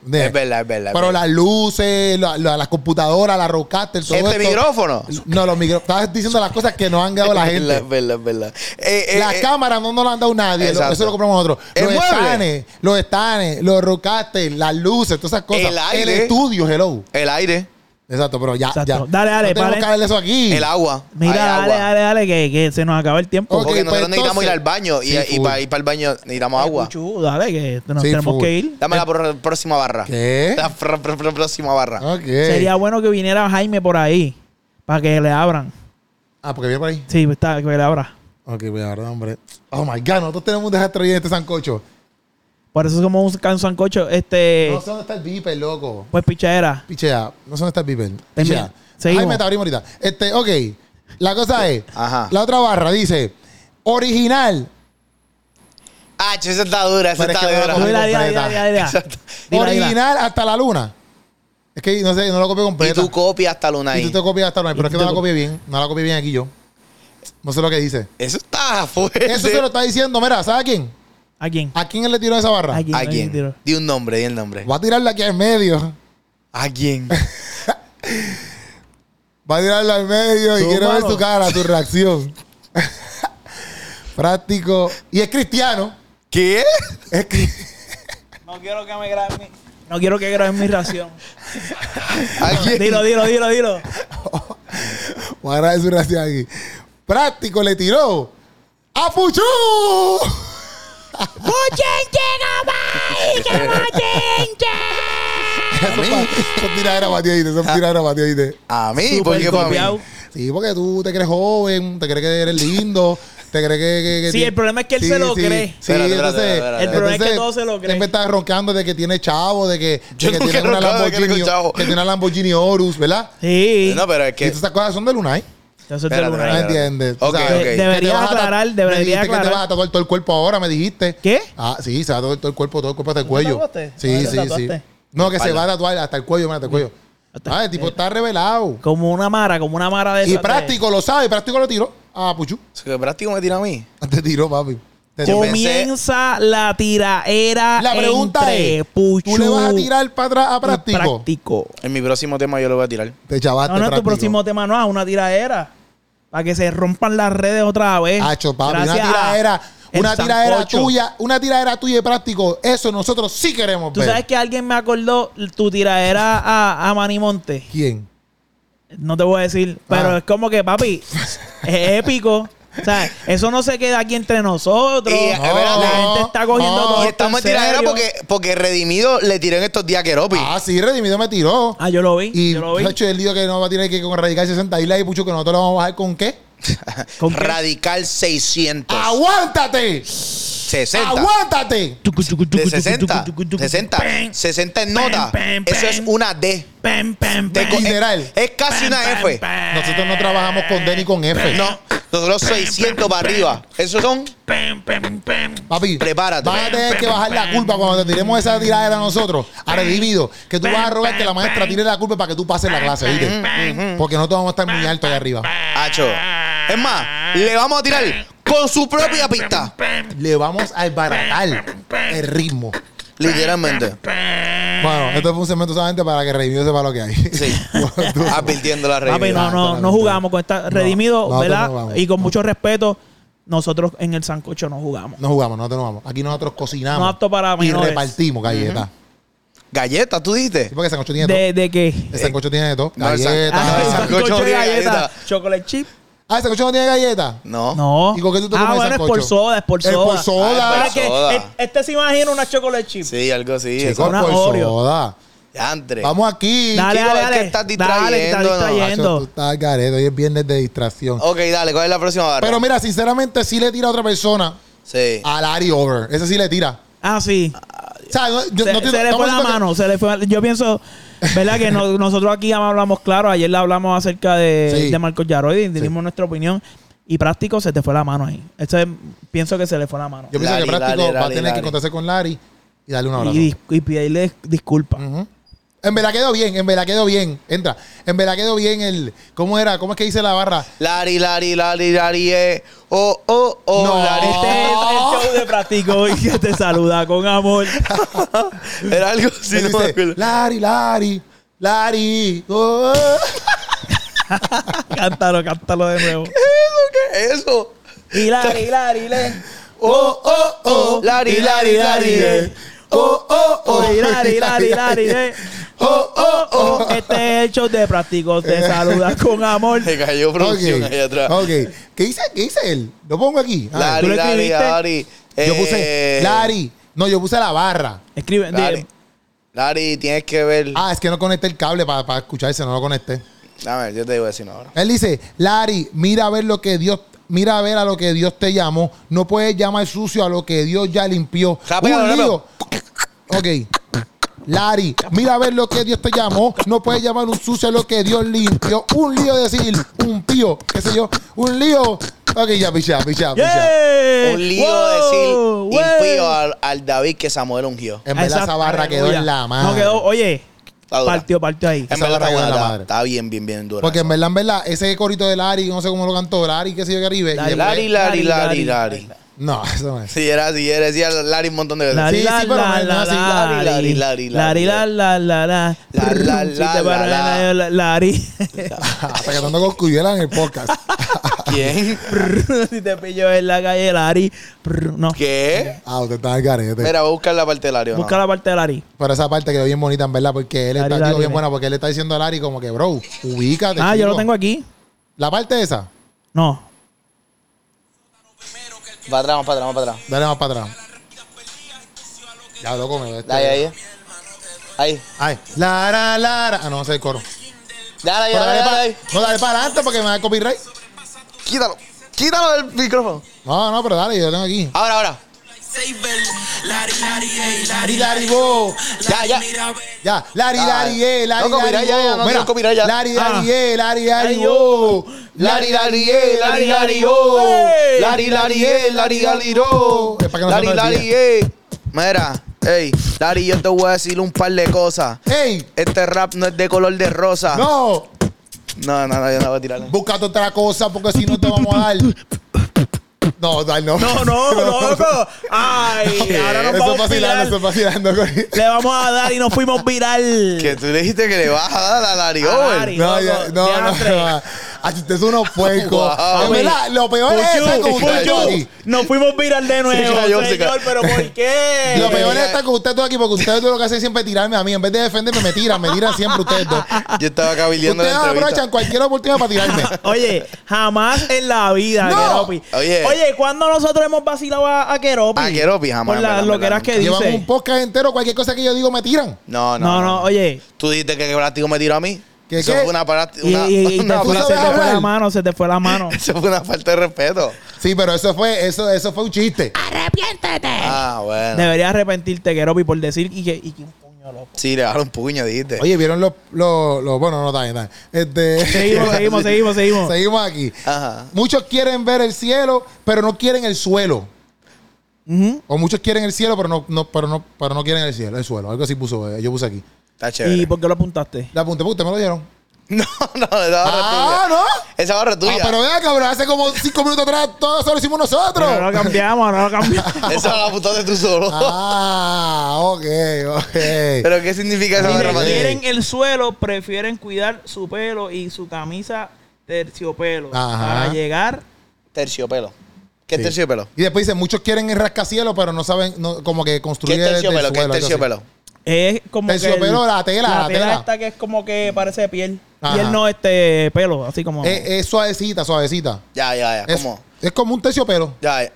S1: De-
S3: Es verdad, es verdad.
S1: Pero
S3: es verdad.
S1: las luces, la- la- las computadoras, la roadcaster, todo
S3: este
S1: esto-
S3: micrófono.
S1: No, los micrófonos. Estabas diciendo las cosas que nos han dado la
S3: Es verdad,
S1: gente.
S3: es verdad, es verdad. Eh, eh,
S1: Las
S3: eh,
S1: cámaras no nos las han dado nadie. lo-
S3: Exacto.
S1: Eso lo compramos nosotros.
S3: El
S1: Los
S3: mueble.
S1: estanes, los estanes, los rocates, las luces, todas esas cosas.
S3: El aire.
S1: estudio, hello.
S3: el aire,
S1: Exacto, pero ya.
S2: Exacto.
S1: ya.
S2: Dale, dale,
S1: No tenemos
S2: paren.
S1: que hablarle eso aquí.
S3: el agua.
S2: Mira,
S3: hay
S2: dale,
S3: agua.
S2: dale, dale, que, que se nos acaba el tiempo.
S1: Ok,
S3: Porque
S1: pues
S3: nosotros necesitamos
S1: entonces-
S3: ir al baño y,
S1: Sí,
S3: y
S1: full.
S3: para ir para el baño necesitamos agua.
S2: Cuchu, dale, que nos
S1: Sí,
S2: tenemos
S1: full.
S2: que ir.
S3: Dame la pro- próxima barra.
S1: ¿Qué? Ah.
S3: La pro- pro- pro- próxima barra.
S1: Ok.
S2: Sería bueno que viniera Jaime por ahí. Para que le abran.
S1: Ah, porque viene por ahí.
S2: Sí, está, que le abra.
S1: Ok, voy a dar hombre. Oh my God, nosotros tenemos un desastre hoy en este sancocho.
S2: Por eso somos un can- sancocho. Este.
S1: No sé dónde está el viper, loco.
S2: Pues pichadera.
S1: Pichea, no sé dónde está el viper.
S2: Termina.
S1: Pichea.
S2: Seguimos.
S1: Ay, me te abrimos ahorita. Este, ok. La cosa es,
S3: Ajá.
S1: la otra barra dice, original,
S3: Ah, che, esa está dura, esa
S1: Pero es
S3: está
S1: que
S3: dura.
S1: vamos a
S2: Dila,
S1: comer-
S2: dila, dila,
S1: completa.
S2: dila, dila.
S3: Exacto.
S2: Dila, dila.
S1: original hasta la luna. Es que no sé, no lo copio
S3: Y
S1: completo.
S3: tú copias hasta luna
S1: Y
S3: ahí.
S1: tú te copias hasta la luna, pero
S2: Y
S1: es que
S2: tú
S1: no
S2: te
S1: la
S2: co-
S1: copié bien. No la copié bien aquí yo. No sé lo que dice.
S3: Eso está fuerte.
S1: Eso se lo está diciendo, mira, ¿sabes a quién?
S2: ¿A quién?
S1: ¿A quién él le tiró esa barra?
S2: ¿A quién?
S3: ¿A
S2: Ahí tiro.
S3: quién? Di un nombre, di el nombre.
S1: Va a tirarla aquí al medio.
S3: ¿A quién?
S1: Va a tirarla al medio y
S2: Tú,
S1: quiero ver
S2: mano.
S1: tu cara, tu reacción. Práctico. Y es cristiano.
S3: ¿Qué?
S1: Es cri-
S2: No quiero que me graben mi. No quiero que graben mi ración.
S3: ¿A quién?
S2: Dilo, dilo, dilo, dilo.
S1: Voy a grabar su reacción aquí. Práctico le tiró. ¡A Puchu!
S3: ¿A mí? Ah.
S1: Eso es tiradera para ti, oíste. Eso es tiradera para ti, oíste.
S3: ¿A mí?
S2: Súper
S3: ¿Por qué para mí?
S2: copiado.
S1: Sí, porque tú te crees joven, te crees que eres lindo, ¿Te crees que, que- que
S2: Sí,
S1: tiene-
S2: el problema es que él se lo cree.
S1: Sí,
S3: Espérate, espérate,
S1: entonces,
S3: espérate.
S2: El problema es que
S1: entonces,
S2: todo se lo cree.
S1: Siempre está roncando de que tiene chavo, de que,
S3: Yo
S1: de que
S3: nunca he
S1: tiene una
S3: roncado de que tengo
S1: Lamborghini,
S3: chavo.
S1: que tiene una Lamborghini Horus, ¿verdad?
S2: Sí.
S3: No, pero es
S1: Y
S3: que.
S1: todas esas cosas son de Lunay.
S2: Entonces,
S3: Espérate,
S1: No
S2: de Lunay.
S3: espérate.
S1: entiendes. tú
S3: Ok,
S1: sabes.
S3: ok.
S1: Que te
S2: Deberías
S1: vas a tatuar-
S2: aclarar,
S1: me
S2: deberías
S1: dijiste que te
S2: aclarar.
S1: vas a tatuar todo el cuerpo ahora, me dijiste.
S2: ¿Qué?
S1: Ah, sí, se va a tatuar todo el cuerpo, todo el cuerpo hasta el cuello.
S2: tatuaste?
S1: Sí,
S2: ¿Dónde
S1: sí,
S2: te
S1: sí.
S2: tatuaste?
S1: No, que se
S3: Espalda.
S1: va a tatuar hasta el cuello, mira, hasta el cuello.
S2: Hasta-
S1: Ah, el tipo está revelado.
S2: Como una mara, como una mara de
S1: Y
S2: esas de-
S1: práctico lo sabe, práctico lo tiró. Ah, puchu.
S3: Se que práctico me tira a mí.
S1: Te tiró, papi. Te
S3: Yo
S1: tiró.
S3: pensé-
S2: Comienza la tiraera.
S1: La pregunta
S2: entre
S1: es,
S2: Puchu
S1: ¿tú le vas a tirar para atrás a
S2: y
S1: práctico?
S2: Práctico.
S3: En mi próximo tema yo lo voy a tirar.
S1: Te chavaste,
S2: No, no es tu
S1: práctico.
S2: próximo tema, no, es una tiraera. Para que se rompan las redes otra vez.
S1: Hacho, papi, una
S2: Gracias a
S1: tiradera,
S2: el
S1: una tiradera
S2: sancocho.
S1: tuya, una tiradera tuya de práctico. Eso nosotros sí queremos
S2: Tú
S1: ver.
S2: sabes que alguien me acordó tu tiraera a, a Manny Monte.
S1: ¿Quién?
S2: No te voy a decir, pero
S1: Ah.
S2: es como que, papi, es épico. O sea, eso no se queda aquí entre nosotros.
S3: Y, espérate.
S2: la gente está cogiendo
S1: No,
S2: todo.
S3: y
S2: esto
S3: estamos en
S2: serio.
S3: tiradera porque, porque Redimido le tiró en estos días a Keropi.
S1: Ah, sí, Redimido me tiró.
S2: Ah, yo lo vi.
S1: Y
S2: yo lo vi.
S1: Hacho, él dijo que no va a tirar que con Radical 60 Islas y Pucho que nosotros lo vamos a bajar con qué.
S2: ¿Con qué? Ah, uh,
S3: Radical
S2: Pues.
S3: 600.
S1: ¡Aguántate!
S3: 60.
S1: ¡Aguántate!
S2: Tucu, tucu, tucu,
S3: De
S2: tucu,
S3: 60.
S2: tucu, tucu, tucu.
S3: 60.
S2: Pam,
S3: 60 en nota.
S2: Pam, pam,
S3: Eso es
S2: pam.
S3: una D.
S2: pam, pam,
S3: Te
S2: pam,
S3: co-
S2: pam,
S1: Literal.
S3: es, es casi una
S2: pam,
S3: F.
S2: pam,
S1: Nosotros no trabajamos con D ni con F.
S3: No, nosotros 600 para arriba. Esos son.
S2: pam, pam, pam.
S1: Papi,
S3: Prepárate.
S1: Vas a tener que bajar la culpa cuando te tiremos esa tiradera a nosotros, a Redimido, que tú vas a rogar que la maestra tire la culpa para que tú pases la clase, ¿viste? Porque nosotros vamos a estar muy alto allá arriba.
S3: Hacho. Es más, le vamos a tirar con su propia pista.
S1: Le vamos a desbaratar el ritmo.
S3: Literalmente.
S1: Bueno, esto fue un segmento solamente para que Redimido sepa lo que hay.
S3: Sí.
S1: Tú-
S3: Advirtiendo la
S2: Papi,
S3: regla.
S2: Ah, pues, no, no,
S1: Exactamente.
S2: no jugamos con esta. Redimido,
S1: nosotros
S2: ¿verdad?
S1: no vamos.
S2: y con mucho respeto, nosotros en el Sancocho no jugamos.
S1: No jugamos, nosotros no vamos. Aquí nosotros cocinamos.
S2: No apto para
S1: Y
S2: menores.
S1: repartimos galletas.
S3: Galletas, tú dijiste.
S1: Sí, porque el sancocho tiene de todo.
S2: ¿De, de qué?
S1: El sancocho tiene de todo.
S3: No, el san-
S1: Galletas.
S3: Ah,
S2: el
S3: sancocho
S2: sancocho de
S3: de galleta.
S2: galleta. Chocolate chip.
S1: Ah, el sancocho no tiene galletas.
S3: No.
S2: No.
S1: ¿Y con qué tú te
S2: ah,
S1: comes
S2: bueno, es
S1: sancocho?
S2: por soda, es por
S1: Es
S2: soda.
S1: por soda.
S2: Pero
S3: Ah,
S2: es que
S3: soda.
S2: e- este se imagina una chocolate chip.
S3: Sí, algo así.
S1: Chicos,
S2: una
S1: por
S2: Oreo.
S1: soda.
S3: Yantre.
S1: Vamos aquí.
S2: Dale,
S3: Chico,
S2: dale,
S3: es que
S2: dale.
S3: estás
S2: Dale, que estás
S3: distrayéndonos.
S1: Nacho, tú
S2: distrayendo.
S1: estás al garete. Hoy es viernes de distracción.
S3: Ok, dale, ¿cuál es la próxima barra?
S1: Pero mira, sinceramente, sí le tira a otra persona
S3: sí.
S1: al Ari Over. Ese sí le tira.
S2: Ah, sí.
S1: O sea, no- yo
S2: se,
S1: no te-
S2: se le
S1: estamos
S2: fue la
S1: diciendo que-
S2: mano, se le fue. Yo pienso, ¿verdad? que no- nosotros aquí ya hablamos claro. Ayer le hablamos acerca de,
S1: Sí.
S2: de Marcos Yaroy, dimos nuestra opinión. Y práctico se te fue la mano ahí. Este, pienso que se le fue la mano.
S1: Yo pienso
S3: Lari,
S1: que práctico
S3: Lari,
S1: va a
S3: Lari,
S1: tener que
S3: Lari.
S1: encontrarse con Larry y darle un abrazo.
S2: y, dis- y pedirle dis- disculpas.
S1: Ujú. En verdad quedó bien, en verdad quedó bien. Entra. En verdad quedó bien el. ¿Cómo era? ¿Cómo es que dice la barra?
S3: Lari, Lari, Lari, Lari, eh. Oh, oh, oh,
S1: No.
S3: Lari.
S2: Este es el show de práctico y que te saluda con amor.
S3: Era algo así,
S1: Él
S3: no me
S1: dice,
S3: acuerdo.
S1: Lari, Lari, Lari. oh, oh".
S2: cántalo, cántalo de nuevo.
S3: ¿Qué es eso?
S2: Hilari, Hilari, le.
S1: Oh, oh, oh.
S3: Lari, Lari, Lari, eh.
S1: Oh, oh, oh.
S2: Hilari, Hilari, Hilari, le. Oh, oh, oh. Este es el show de práctico te saluda con amor.
S3: Se cayó producción
S1: oh, Ok,
S3: ahí atrás.
S1: ok. ¿Qué dice, ¿Qué dice él? Lo pongo aquí. A ver.
S2: ¿tú
S3: Lari,
S2: lo
S3: Lari,
S2: escribiste?
S3: Lari.
S1: yo
S3: eh,
S1: puse Lari. No, yo puse la barra.
S2: Escribe.
S3: Lari.
S2: di-
S3: Lari, tienes que ver.
S1: Ah, es que no conecté el cable para escucharse, no lo conecté.
S3: A ver, yo te digo eso ahora.
S1: Él dice, Lari, mira a ver lo que Dios, mira a ver a lo que Dios te llamó. No puedes llamar sucio a lo que Dios ya limpió.
S3: Rápido,
S1: Un
S3: rápido.
S1: lío. Ok. Lari, mira a ver lo que Dios te llamó. No puedes llamar un sucio a lo que Dios limpió. Un lío decir, un pío, qué sé yo, un lío. Ok, ya, picha, picha, picha. eh,
S2: Yeah.
S3: Un lío
S2: Wow,
S3: decir
S2: wey.
S3: impío al, al David que Samuel ungió.
S1: En verdad,
S2: Exacto.
S1: esa barra quedó
S2: Aleluya.
S1: en la mano.
S2: No quedó, oye,
S3: Está dura.
S2: partió, partió ahí.
S3: En
S1: Esa
S3: verdad
S1: barra
S3: está
S1: quedó en
S3: buena,
S1: la
S3: está,
S1: madre.
S3: está bien, bien, bien dura.
S1: Porque en verdad, en verdad, ese corito de Lari, no sé cómo lo cantó, Lari, qué sé yo, que arriba. y
S2: Lari,
S1: después-
S3: Lari, Lari, Lari, Lari.
S1: No, eso no es.
S3: Si era, si era, decía Lari un montón de veces.
S2: La,
S1: Sí,
S2: la,
S1: sí, pero no
S2: la,
S1: es
S2: la,
S1: así.
S2: la,
S3: Lari,
S2: lari,
S3: lari, lari,
S2: lari, la, la, la, la.
S3: La, la,
S2: Si te
S3: la,
S2: paras
S3: la,
S2: en la- lari.
S1: Hasta cantando con Cuyela en el podcast.
S3: ¿Quién?
S2: Si te pillo en la calle, lari. No.
S3: ¿Qué?
S1: Ah, usted está en el garete.
S3: Mira, voy a buscar la parte del área.
S2: Busca la parte de lari.
S1: Pero esa parte quedó bien bonita, en verdad, porque él
S2: Lari,
S1: está
S2: Lari,
S1: digo, bien
S2: Lari.
S1: buena, porque él está diciendo a Lari como que, bro, ubícate.
S2: Ah, yo
S1: chico.
S2: lo tengo aquí.
S1: La parte esa.
S2: No.
S3: Para atrás, más para atrás, más para atrás.
S1: Dale más para atrás. Ya, loco, me este-
S3: Ahí, ahí. Ahí.
S1: Ay, Lara, Lara. Ah, no, ese es el coro.
S3: Dale, ahí,
S1: Pero
S3: dale,
S1: dale
S3: dale,
S1: para-
S3: ahí.
S1: No, dale para adelante porque me da copyright.
S3: Quítalo. Quítalo del micrófono.
S1: No, no, pero dale, yo lo tengo aquí.
S3: Ahora, ahora.
S1: Lari, lari, bo.
S3: Ya, ya.
S1: Ya, lari, lari, eh, lari,
S3: No, copyright,
S1: lari,
S3: ya, ya,
S1: bo.
S3: no
S1: Mira,
S3: quiero copyright, ya.
S1: Lari, lari,
S2: Ah.
S1: eh, lari, lari,
S2: Ay, yo.
S1: bo.
S3: Lari, lari, eh, lari, lari, oh.
S2: Ey.
S3: Lari, lari, eh, lari, lari, oh.
S1: Es para que no se
S3: Lari,
S1: nos
S3: lari,
S1: olvide.
S3: eh. Mira, ey, Lari, yo te voy a decir un par de cosas.
S1: ¡Ey!
S3: Este rap no es de color de rosa.
S1: ¡No!
S3: no, no, no, yo no voy a tirarle.
S1: Búscate otra cosa porque si no te vamos a dar. No, dale, no.
S2: No, no, loco. Ay, ahora nos
S1: Eso es
S2: vamos
S1: vacilando,
S2: viral.
S1: eso es vacilando. Cory.
S2: Le vamos a dar y nos fuimos viral.
S3: Que tú le dijiste que le vas a dar a Lari
S2: A
S3: Over.
S2: Lari.
S1: No,
S2: Loco,
S1: ya, no, no,
S2: diantre.
S1: no. Así usted es unos puercos.
S3: Wow.
S1: En verdad, lo peor es
S2: Puchu,
S1: estar con usted
S2: Puchu,
S1: todo aquí.
S2: Nos fuimos viral de nuevo,
S3: cayó, se
S2: señor,
S3: cayó.
S2: pero ¿por qué?
S1: Lo peor es
S3: mira.
S1: estar con usted todo aquí porque ustedes lo que hacen es siempre tirarme a mí. En vez de defenderme, me tiran, me tiran siempre ustedes dos.
S3: Yo estaba cabildeando
S1: Ustedes
S3: la entrevista.
S1: aprovechan cualquier oportunidad para tirarme.
S2: Oye, jamás en la vida,
S1: No.
S2: Keropi.
S3: Oye.
S2: Oye, ¿cuándo nosotros hemos vacilado a, a Keropi?
S3: A Keropi jamás,
S2: Por
S3: en
S2: las
S3: verdad,
S2: loqueras
S3: en
S2: que
S3: verdad,
S2: dice.
S1: Llevan un podcast entero, cualquier cosa que yo digo me tiran.
S3: No, no,
S2: no, no, oye.
S3: Tú dijiste que práctico me tiró a mí.
S1: ¿Qué,
S3: Eso
S1: qué?
S3: fue una, parati-
S2: Y,
S3: una,
S2: y- y te
S3: una
S2: fue-
S1: ¿tú
S3: falta-
S2: se
S1: sabes
S2: te fue
S1: hablar?
S2: la mano, se te fue la mano.
S3: eso fue una falta de respeto.
S2: Eh.
S1: Sí, pero eso fue, eso, eso fue un chiste.
S3: Ah, bueno.
S2: Deberías arrepentirte, Keropi, por decir y que, y que un puño loco.
S3: Sí, le bajaron un puño, dijiste.
S1: Oye, ¿vieron los, los, los- bueno, no también, también. Este,
S2: Seguimos, seguimos, seguimos, seguimos.
S1: seguimos aquí.
S3: Ajá.
S1: Muchos quieren ver el cielo, pero no quieren el suelo.
S2: Ujú.
S1: O muchos quieren el cielo, pero no, no, pero no, pero no quieren el cielo, el suelo. Algo así puso, eh, yo puse aquí.
S3: Está chévere.
S2: ¿Y por qué lo apuntaste?
S1: La apunté, porque ustedes me lo dieron.
S3: No, no, esa barra
S1: Ah,
S3: es tuya.
S1: ¿no?
S3: Esa barra es
S1: Ah,
S3: tuya.
S1: pero vea, cabrón, hace como cinco minutos atrás todo eso lo hicimos nosotros.
S2: Ahora lo cambiamos, ahora lo cambiamos.
S3: Esa la apuntaste tú solo.
S1: Ah, ok, ok.
S3: ¿Pero qué significa esa barra
S2: Miren,
S3: para ti?
S2: quieren el suelo, prefieren cuidar su pelo y su camisa terciopelo
S1: Ajá.
S2: para llegar.
S3: Terciopelo. ¿Qué
S1: Sí.
S3: es terciopelo?
S1: Y después dice, muchos quieren el rascacielos, pero no saben no, como que
S3: ¿Qué
S1: construir
S3: es
S1: desde el
S3: terciopelo? ¿Qué es
S1: suelo, algo así.
S3: terciopelo?
S2: Es como que
S1: Terciopelo,
S2: el-
S1: la tela, la tela.
S2: esta que es como que parece piel.
S1: Ajá.
S2: Piel no este pelo, así como
S1: Eh, Es, suavecita, suavecita.
S3: Ya, ya, ya.
S1: Es,
S3: Ah, ¿Cómo?
S1: es como un terciopelo.
S3: Ya, ya.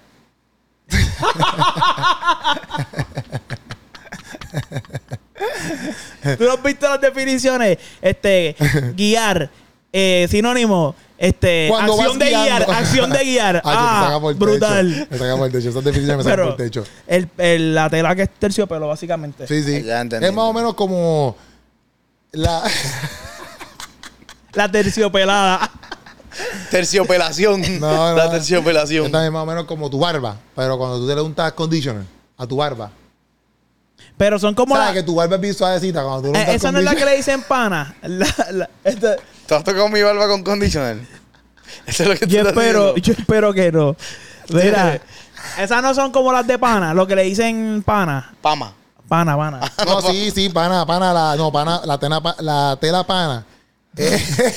S1: eh.
S2: Tú no has visto las definiciones, este guiar eh, sinónimo este
S1: Cuando
S2: acción
S1: vas
S2: de guiar,
S1: guiando.
S2: acción de guiar.
S1: Ay, me
S2: ah,
S1: saca por el
S2: brutal.
S1: Techo. Me saca por el techo. Esas definiciones me sacan
S2: Pero
S1: por el techo.
S2: el- el- la tela que es terciopelo básicamente.
S1: Sí, sí.
S3: Ya entendí.
S1: Es más o menos como la
S2: La terciopelada.
S3: Terciopelación.
S1: No, no.
S3: La terciopelación.
S1: Esta es más o menos como tu barba, pero cuando tú te le untas conditioner a tu barba.
S2: Pero son como
S1: ¿Sabes
S2: la-
S1: que tu barba es bien suavecita cuando tú le
S2: Eh,
S1: untas
S2: esa no es la que
S1: conditioner?
S2: le dicen pana. La- la- esta-
S3: ¿Tú has tocado mi barba con conditioner? Eso es lo que tú
S2: yo
S3: estás
S2: espero,
S3: diciendo.
S2: yo espero que no. Mira, esas no son como las de pana, lo que le dicen pana.
S3: Pama.
S2: Pana, pana.
S1: No, sí, sí, pana, pana, la, no, pana, la tela, pa- la tela pana.
S2: Esas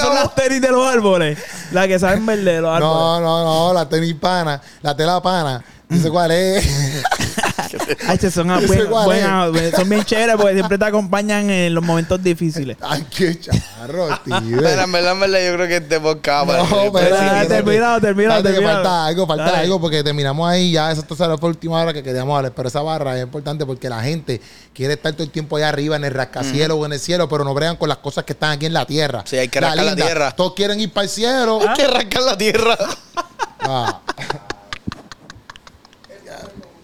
S2: son las tenis de los árboles. Las que saben verde de los árboles.
S1: No, no, no, la tenis pana, la tela pana.
S2: Mm.
S1: Dice cuál es.
S2: Ay, estas son, ah,
S1: Ese
S2: buenas-
S1: cual es.
S2: buenas, son bien chéveres porque siempre te acompañan en los momentos difíciles.
S1: Ay, qué charro,
S3: Pero
S1: tío.
S3: en verdad, en verdad, yo creo que este podcast.
S1: No,
S3: parece que-
S1: pero-
S2: Espera,
S1: eh, sí, sí, sí.
S2: terminado, terminado,
S1: Espérate que
S2: terminado.
S1: falta algo, falta
S2: Dale.
S1: algo, porque terminamos ahí. Ya esa esa fue la última hora que queríamos hablar. Pero esa barra es importante porque la gente quiere estar todo el tiempo allá arriba en el rascacielos o en el cielo, pero no bregan con las cosas que están aquí en la tierra.
S3: Sí, hay que rascar la tierra. Ah.
S1: Todos quieren ir para el cielo.
S3: Hay que arrancar la tierra.
S1: Ah.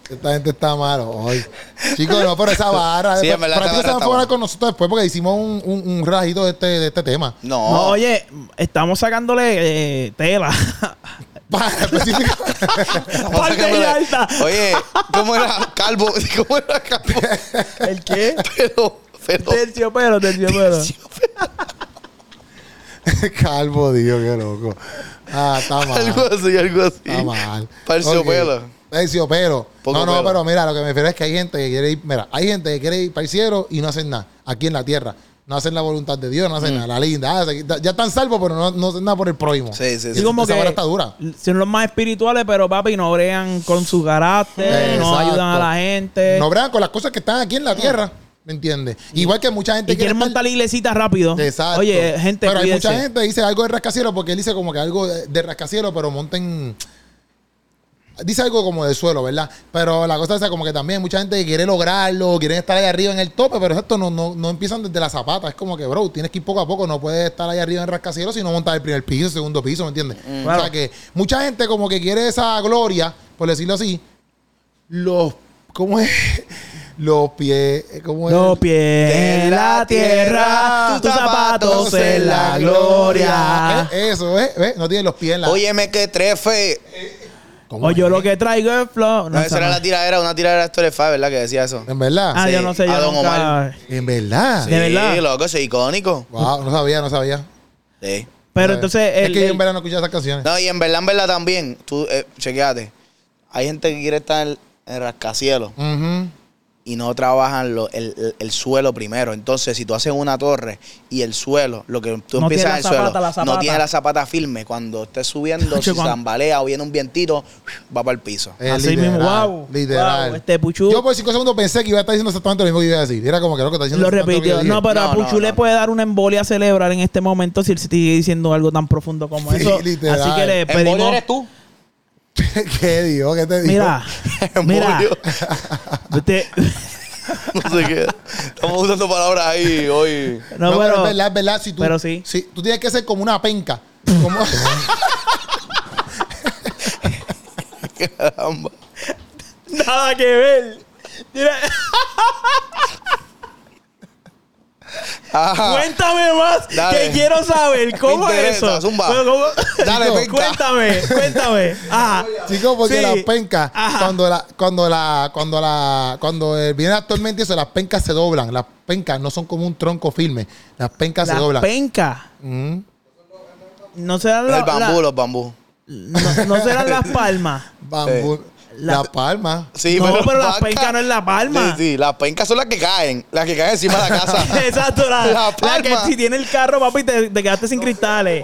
S1: Esta gente está malo hoy. Chicos, no, pero esa barra.
S3: Sí, en
S1: después-
S3: verdad,
S1: para
S3: esa barra
S1: ti que se van a
S3: está
S1: hablar
S3: buena.
S1: con nosotros después porque hicimos un, un, un relajito de este, de este tema.
S3: No.
S2: No, oye, estamos sacándole eh, tela.
S1: Para específico.
S3: Estamos
S2: parte
S3: sacando
S2: de
S3: la-
S2: alta.
S3: Oye, ¿cómo era calvo? ¿Cómo era calvo?
S2: ¿El qué?
S3: Pero, pero.
S2: Terciopelo, terciopelo.
S1: Calvo, Dios, qué loco. Ah, está mal.
S3: Algo así, algo así.
S1: Está mal.
S3: Terciopelo.
S1: Ok. Terciopelo.
S3: Poco
S1: no, no,
S3: pelo.
S1: pero mira, lo que me refiero es que hay gente que quiere ir, mira, hay gente que quiere ir para el cielo y no hacen nada aquí en la tierra. No hacen la voluntad de Dios, no
S3: Mm.
S1: hacen nada. La linda, ah, se- ya están salvos, pero no, no hacen nada por el prójimo.
S3: Sí, sí,
S1: Y
S3: sí.
S2: Y como
S1: esa
S2: que
S1: vara está dura.
S2: son los más espirituales, pero papi, no bregan con su carácter, no
S1: Exacto.
S2: ayudan a la gente.
S1: No bregan con las cosas que están aquí en la tierra, ¿me entiendes? Igual que mucha gente
S2: y quieren
S1: estar-
S2: montar la iglesita rápido.
S1: Exacto.
S2: Oye, gente,
S1: Pero hay
S2: cuídense.
S1: mucha gente que dice algo de rascacielos porque él dice como que algo de, de rascacielos, pero monten. Dice algo como de suelo, ¿verdad? Pero la cosa es como que también hay mucha gente que quiere lograrlo, quieren estar ahí arriba en el tope, pero esto no, no, no empiezan desde la zapata. Es como que, bro, tienes que ir poco a poco, no puedes estar ahí arriba en rascacielos si no montas el primer piso, el segundo piso, ¿me entiendes? O
S2: Claro.
S1: sea que mucha gente como que quiere esa gloria, por decirlo así. Los, ¿cómo es? Los pies, ¿cómo es?
S2: Los pies en la tierra, tus zapatos en la gloria.
S1: Eh, Eso, ¿ves? ¿Ves? No tiene los pies en la
S3: Óyeme que trefe.
S1: ¿Cómo
S2: O
S1: es?
S2: yo lo que traigo es flow.
S3: No, esa
S2: esa
S3: era la tiradera, una tiradera de Héctor Fá, ¿verdad? Que decía eso.
S1: En verdad.
S2: Ah,
S3: Sí,
S2: yo no sé, yo
S3: a Don
S2: nunca...
S3: Omar.
S1: En verdad.
S2: ¿De verdad?
S3: Sí, loco, eso es icónico.
S1: Wow, no sabía, no sabía.
S3: Sí.
S2: Pero
S1: No
S2: entonces...
S1: sabía. Eh, es
S2: el-
S1: que yo
S2: el-
S1: en verano escuchaba esas canciones.
S3: No, y en verdad, en verdad también, tú, eh, chequeate. Hay gente que quiere estar en el rascacielos
S1: Ujú.
S3: y no trabajan lo- el, el- el suelo primero. Entonces, si tú haces una torre y el suelo, lo que tú
S2: No tiene
S3: empiezas en
S2: la
S3: el
S2: zapata,
S3: suelo,
S2: la zapata.
S3: no tiene la zapata firme. Cuando estés subiendo,
S2: Tacho,
S3: si
S2: cuando-
S3: zambalea o viene un vientito, va para el piso.
S1: Eh,
S2: Así
S1: literal,
S2: mismo, wow.
S1: Literal.
S2: Wow, este Puchu-
S1: Yo por cinco segundos pensé que iba a estar diciendo exactamente lo mismo que iba a decir. Era como que lo que está diciendo.
S2: Lo
S1: exactamente que yo
S2: repitió. No,
S1: dije.
S2: pero
S3: No,
S2: a Puchu
S3: no,
S2: le
S3: no.
S2: puede dar una embolia cerebral en este momento si él sigue diciendo algo tan profundo como
S1: Sí,
S2: eso.
S1: literal.
S2: Así que le
S1: El
S3: ¿El bolo
S2: Eh, pedimos.
S3: eres tú?
S1: ¿Qué digo? ¿Qué te digo?
S2: Mira, mira.
S3: Embolio.
S2: te-
S3: No sé qué. Estamos usando palabras ahí hoy.
S2: no,
S1: No, pero es
S2: pero.
S1: verdad, es verdad. Si tú,
S2: pero sí.
S1: si- tú tienes que ser como una penca. Como,
S3: Caramba.
S2: Nada que ver. Mira,
S3: Ajá.
S2: cuéntame más
S3: Ah. Dale.
S2: que quiero saber. ¿Cómo
S3: Me
S2: es
S3: interesa,
S2: eso?
S3: zumba.
S2: Bueno, ¿cómo?
S3: Dale,
S2: Chico,
S3: venga.
S2: cuéntame, cuéntame. Ah,
S1: Chicos, porque
S2: Sí.
S1: las pencas,
S2: Ajá.
S1: cuando la, cuando la, cuando la, cuando eh, viene la tormenta y eso, las pencas se doblan. Las pencas no son como un tronco firme. Las pencas se
S2: La
S1: doblan.
S2: penca.
S1: Mm.
S2: No serán
S3: El
S2: la-
S3: bambú,
S2: la-
S3: los bambú.
S2: no- no serán las palmas.
S1: Bambú.
S2: La-
S1: la palma.
S3: Sí,
S2: No, pero las
S3: vaca-
S2: pencas no es la palma.
S3: Sí, sí, las pencas son las que caen. Las que caen encima de la casa.
S2: Exacto, la,
S3: La
S2: la
S3: palma.
S2: que si tiene el carro, papi, te, te quedaste sin cristales.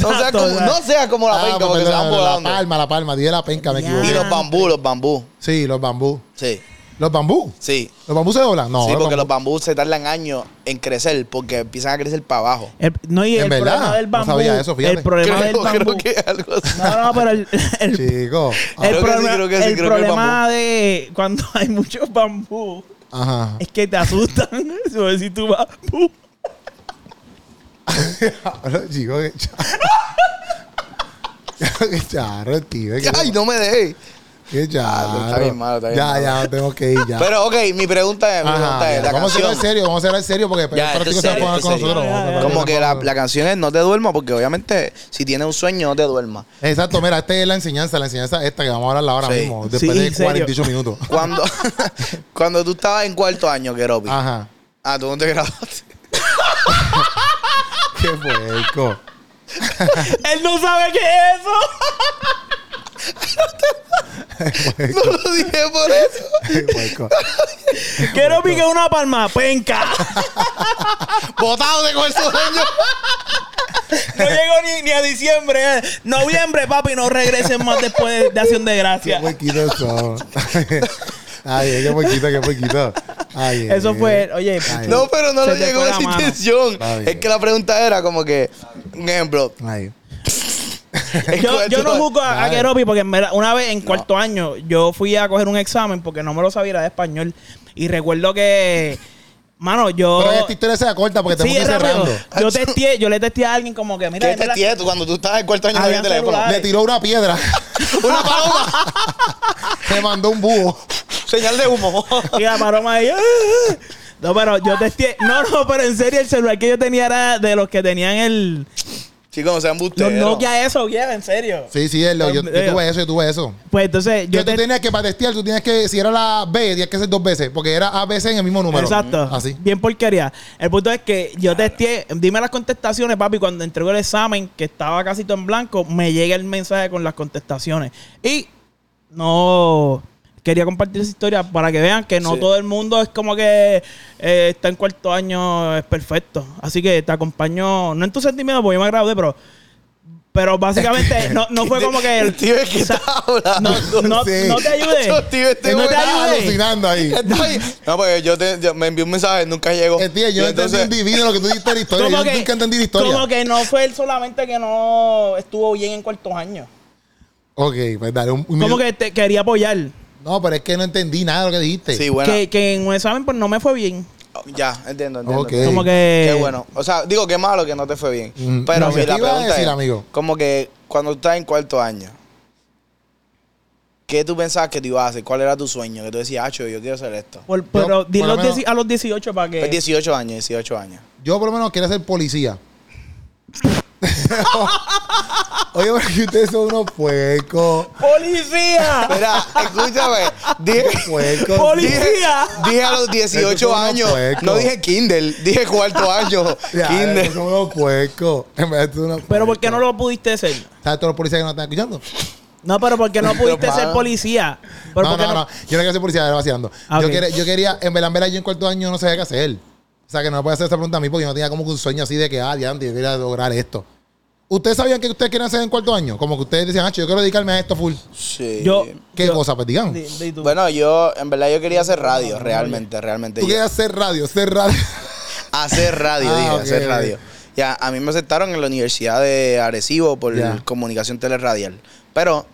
S3: no, sea como,
S2: la-
S3: no sea como la
S1: Ah,
S3: penca,
S1: pues,
S3: porque se
S1: perdón,
S3: van
S1: la
S3: volando.
S1: palma, la palma, dije la penca, me
S2: Ya.
S1: equivoqué.
S3: Y los bambú, los bambú.
S1: Sí, los bambú.
S3: Sí,
S1: ¿Los bambú?
S3: sí.
S1: ¿Los bambú se doblan? No,
S3: sí, porque los
S1: bambú-
S3: bambú se tardan años en crecer porque empiezan a crecer para abajo.
S2: El- no, y
S1: En
S2: el
S1: verdad,
S2: problema del
S1: no
S2: bambú.
S1: sabía eso, fíjate.
S2: el problema del
S3: Creo, creo
S2: bambú.
S3: que algo así.
S2: No, no, pero el, el,
S1: Chico.
S3: creo que sí,
S2: el problema,
S3: creo que sí,
S2: el
S3: creo que el
S2: problema de cuando hay muchos bambú
S1: Ajá.
S2: es que te asustan. Sobre si tú vas. ¡pum!
S1: Ahora, Chico, que charro. Qué charro, tío. Qué,
S3: Ay, no me dejé.
S1: qué charro.
S3: está bien malo, está bien
S1: ya,
S3: malo.
S1: ya, tenemos que ir ya.
S3: Pero, ok, mi pregunta es, mi
S1: Ajá,
S3: pregunta es
S1: ya,
S3: la
S1: vamos a
S3: canción.
S1: hacerlo en serio, vamos a hacerlo en serio porque
S3: Ya, esto es
S1: práctico se va a
S3: serio,
S1: poner
S3: esto
S1: con
S3: es serio.
S1: nosotros. vamos a poner
S3: Como
S1: con
S3: que la,
S1: nosotros.
S3: la canción es No te duermas, porque obviamente si tienes un sueño, no te duermas.
S1: Exacto, mira, esta es la enseñanza, la enseñanza esta que vamos a hablar ahora
S3: Sí.
S1: mismo, después
S2: Sí, en
S1: de
S2: serio.
S1: 48 minutos.
S3: Cuando, cuando tú estabas en cuarto año, Keropi. Ah,
S1: Ajá.
S3: tú no te graduaste.
S1: Qué puerco.
S2: Él no sabe qué es eso.
S3: No lo dije por eso.
S1: Qué puerco.
S2: Quiero picar una palma. Penca.
S3: Botado de con el sueño.
S2: No llego ni, ni a diciembre. eh. Noviembre, papi, no regresen más después de, de Acción de
S1: Qué
S2: Gracias.
S1: puerquitos son. Ay, qué puerquito, qué puerquito. Ay,
S2: Eso
S1: eh.
S2: fue, oye, Puchu,
S3: No, pero no
S2: Se
S3: lo
S2: te
S3: llegó
S2: fue
S3: a
S2: la
S3: esa
S2: mano.
S3: intención.
S1: Está bien.
S3: Es que la pregunta era como que, un ejemplo.
S1: Ay.
S3: en
S2: yo,
S3: cuarto-
S2: yo no juzgo a, a
S1: Claro.
S2: Keropi porque en verdad, una vez en cuarto año yo fui a coger un examen porque no me lo sabía era de español y recuerdo que mano yo
S1: Pero esta historia sea corta porque
S2: sí,
S1: tenemos que ir
S2: era
S1: cerrando.
S2: rápido. yo testé yo le testé a alguien como que mira,
S3: ¿Qué te
S2: mira,
S3: tienes tú cuando tú estabas en cuarto año no
S2: Había
S3: había teléfono?
S2: celulares.
S1: Le tiró una piedra.
S3: Una paloma.
S1: Le mandó un búho.
S3: Señal de humo.
S2: Y la paloma ahí. "Ah, ah". No, pero yo testé. No, no, pero en serio, el celular que yo tenía era de los que tenían el.
S3: Chicos, no sean
S2: Los
S3: busteros.
S2: Nokia, eso, yeah, en serio.
S1: Sí, sí, él, yo, yo
S2: Em, eh,
S1: tuve eso, yo tuve eso.
S2: Pues entonces,
S1: Yo
S2: yo
S1: tú
S2: testé.
S1: tenías que para testear, tú tenías que, si era la B, tenías que hacer dos veces, porque era A, B, C en el mismo número.
S2: Exacto.
S1: Así.
S2: Bien porquería. El punto es que yo testé, dime las contestaciones, papi, cuando entrego el examen, que estaba casi todo en blanco, me llega el mensaje con las contestaciones. Y no quería compartir esa historia para que vean que no
S3: Sí.
S2: todo el mundo es como que eh, está en cuarto año, es perfecto. Así que te acompaño, no en tu sentimiento, porque yo me gradué, pero pero básicamente no, no fue como que
S3: El tío es que está
S2: no,
S3: hablando.
S2: no,
S1: Sí.
S2: no te ayude.
S3: Yo, tío, este
S2: no te
S3: güey
S1: Estaba
S2: ayude.
S1: alucinando ahí.
S3: Está ahí. No, porque yo, te- yo- me envió un mensaje, nunca llegó.
S1: Eh, tía, yo
S3: Y
S1: entendí un divino lo que tú dijiste de la historia. Yo nunca entendí la historia.
S2: como que no fue él solamente que no estuvo bien en cuartos años.
S1: Ok, pues dale un, un
S2: Como
S1: minuto.
S2: que te quería apoyar.
S1: No, pero es que no entendí nada de lo que dijiste.
S3: Sí, bueno.
S2: Que, que en un examen pues no me fue bien.
S3: Ya, entiendo, entiendo.
S1: Ok.
S2: Como
S1: Sí.
S2: que...
S3: Qué bueno. O sea, digo que malo que no te fue bien.
S1: Eh, Mm,
S3: Pero
S1: no sé.
S3: mira, la
S1: ¿Qué iba a
S3: pregunta
S1: decir,
S3: es,
S1: amigo?
S3: como que cuando tú estás en cuarto año, ¿qué tú pensabas que te ibas a hacer? ¿Cuál era tu sueño? Que tú decías, ah, yo quiero hacer esto.
S2: Por- pero di
S1: por lo
S2: los
S1: menos-
S2: dieci- a los 18 para
S1: Eh.
S2: que...
S3: Pues 18 años, 18 años.
S1: Yo por lo menos quiero ser policía. Oye, porque ustedes son unos puercos.
S2: ¡Policía!
S3: Mira, escúchame. Dije,
S1: Puercos.
S2: Policía.
S3: dije- dije a los
S1: Esos son
S3: 18
S1: unos
S3: años.
S1: puercos.
S3: No dije kinder, dije cuarto año.
S1: Ya, esos
S3: kinder.
S1: son unos puercos. En verdad, son unos
S2: pero ¿por qué
S1: puercos.
S2: no lo pudiste ser?
S1: ¿Sabes todos los policías que nos están escuchando?
S2: No, pero ¿por qué no pudiste
S3: Pero,
S2: ser
S3: mano.
S2: policía? Pero
S1: no,
S2: ¿por
S1: no,
S2: qué
S1: no, Yo no quiero ser policía, era vacilando.
S2: Ah,
S1: Yo,
S2: ok.
S1: quería, yo quería, en verdad, en verdad, yo en cuarto año no sabía qué hacer. O sea, que no me puede hacer esta pregunta a mí porque yo no tenía como que un sueño así de que, ah, diante, yo quería lograr esto. ¿Ustedes sabían que ustedes querían hacer en cuarto año? Como que ustedes decían, ah, yo quiero dedicarme a esto full.
S3: Sí.
S2: Yo...
S1: ¿Qué
S2: yo-
S1: cosa? Pues digan.
S2: Di- di tú.
S3: Bueno, yo, en verdad, yo quería hacer radio, realmente, realmente.
S1: Tú
S3: Yo-
S1: querías hacer radio, hacer radio.
S3: Hacer radio,
S1: Ah,
S3: dije,
S1: ok,
S3: hacer
S1: ok.
S3: radio. Ya, a mí me aceptaron en la Universidad de Arecibo por
S1: Ya.
S3: comunicación teleradial. Pero,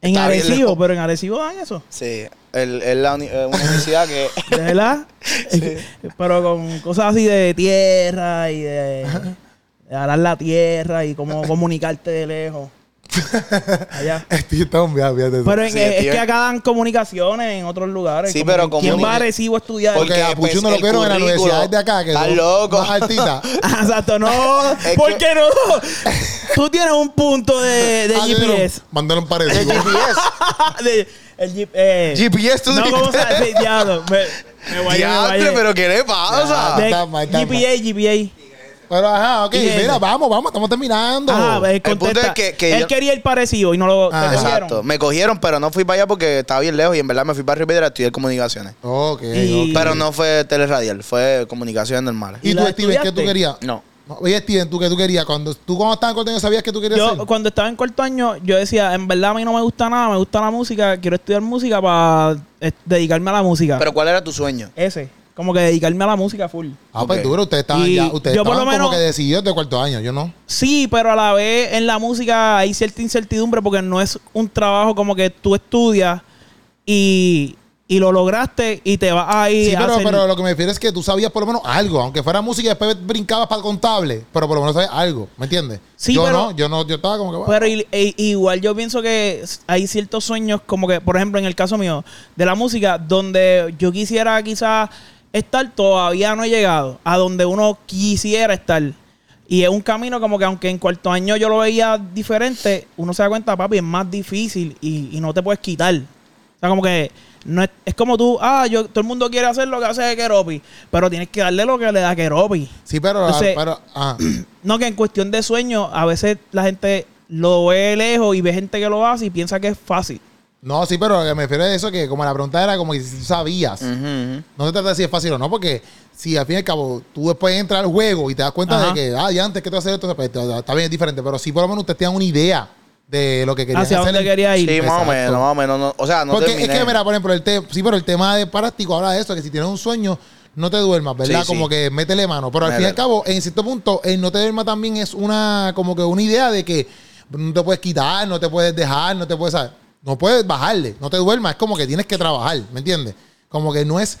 S2: en
S3: está bien
S2: Arecibo,
S3: lejos.
S2: pero en Arecibo dan eso.
S3: sí, el- es la uni- eh, una universidad que...
S2: ¿De verdad? Pero con cosas así de tierra y de, de arar la tierra y cómo comunicarte de lejos. Allá.
S1: Estoy está bombeado, fíjate eso.
S2: Pero en- eh,
S3: Sí,
S2: es,
S3: tío.
S2: que acá dan comunicaciones en otros lugares.
S3: Sí, pero como
S2: ¿Quién
S3: ni-
S2: va a Arecibo a estudiar?
S1: porque a Puchu
S3: pues,
S1: no lo
S3: el
S1: vieron en la
S3: currículo-
S1: universidad de acá, que
S3: Estás
S1: son
S3: loco.
S1: más altita.
S2: Ah, Exacto, no.
S3: que-
S2: ¿Por qué no? Tú tienes un punto de, de
S1: Ah,
S2: GPS.
S1: Mandaron parecido.
S3: GPS.
S2: De- el Jeep, eh,
S3: GPS tú
S2: No,
S3: dijiste.
S2: ¿cómo se hace? Diablo. Me, me voy a ir, me voy a ir.
S3: Diantre, pero ¿qué le pasa?
S2: De-
S1: Ah, Está mal, está mal.
S2: GPA, GPA.
S1: Pero ajá, ok,
S2: Y-
S1: mira, vamos, vamos, estamos terminando.
S2: Ah, él
S3: punto
S2: contesta.
S3: es que- que
S2: él
S3: yo-
S2: quería el parecido y no lo
S1: Ah,
S2: te cogieron.
S3: Exacto. Me cogieron, pero no fui para allá porque estaba bien lejos y en verdad me fui para Río Piedra a estudiar comunicaciones.
S1: Ok, ok.
S2: Y-
S3: Pero no fue teleradial, fue comunicaciones normales.
S1: ¿Y
S2: ¿Y
S1: tú,
S2: la
S1: Steven, qué tú
S2: estudiaste?
S1: querías?
S3: No.
S1: Oye, Steven, ¿tú qué tú querías? Cuando, ¿Tú cuando estabas en corteño sabías que tú querías
S2: Yo
S1: hacer?
S2: cuando estaba en cuarto año, yo decía, en verdad a mí no me gusta nada, me gusta la música, quiero estudiar música para eh, dedicarme a la música.
S3: Pero ¿cuál era tu sueño?
S2: Ese, como que dedicarme a la música full.
S1: Ah, pues
S3: Ok.
S1: duro, ustedes estaban
S2: Y
S1: ya, ustedes
S2: yo por lo
S1: estaban como
S2: menos-
S1: que decididos de cuarto año, yo no.
S2: Sí, pero a la vez en la música hay cierta incertidumbre porque no es un trabajo como que tú estudias y, y lo lograste y te vas ahí
S1: Sí,
S2: a
S1: pero,
S2: hacer-
S1: pero lo que me refiero es que tú sabías por lo menos algo, aunque fuera música y después brincabas para el contable, pero por lo menos sabías algo, ¿me entiendes?
S2: Sí,
S1: yo
S2: pero-
S1: no, yo no, yo estaba como que... bueno,
S2: Pero i- i- igual yo pienso que s- hay ciertos sueños, como que, por ejemplo, en el caso mío, de la música, donde yo quisiera quizás estar, todavía no he llegado a donde uno quisiera estar. Y es un camino como que aunque en cuarto año yo lo veía diferente, uno se da cuenta, papi, es más difícil y, y no te puedes quitar. O sea, como que no es, es como tú, ah, yo, todo el mundo quiere hacer lo que hace Keropi, pero tienes que darle lo que le da Keropi.
S1: Sí, pero...
S2: Entonces-
S1: pero ah,
S2: No, que en cuestión de sueño, a veces la gente lo ve lejos y ve gente que lo hace y piensa que es fácil.
S1: no, sí, pero lo que me refiero es eso, que como la pregunta era como que si tú sabías.
S3: Ujú, ujú.
S1: No se trata de si es fácil o no, porque si al fin y al cabo tú después entras al juego y te das cuenta
S2: Ajá.
S1: de que, ah, ya antes que tú hacer esto, pues, está bien, es diferente, pero sí por lo menos ustedes tenían una idea de lo que querían
S2: hacia
S1: hacer.
S2: dónde quería ir.
S3: Sí, más o
S1: Exacto.
S3: menos, más o menos. no- o sea, no
S1: porque
S3: terminé.
S1: es que, mira, por ejemplo, el te- sí, pero el tema de práctico habla de eso, que si tienes un sueño, no te duermas, ¿verdad?
S3: Sí, sí.
S1: como que métele mano. Pero al fin y al
S3: Métele.
S1: cabo, en cierto punto, el no te duermas también es una, como que una idea de que no te puedes quitar, no te puedes dejar, no te puedes, ¿sabes? no puedes bajarle, no te duermas, es como que tienes que trabajar, ¿me entiendes? Como que no es,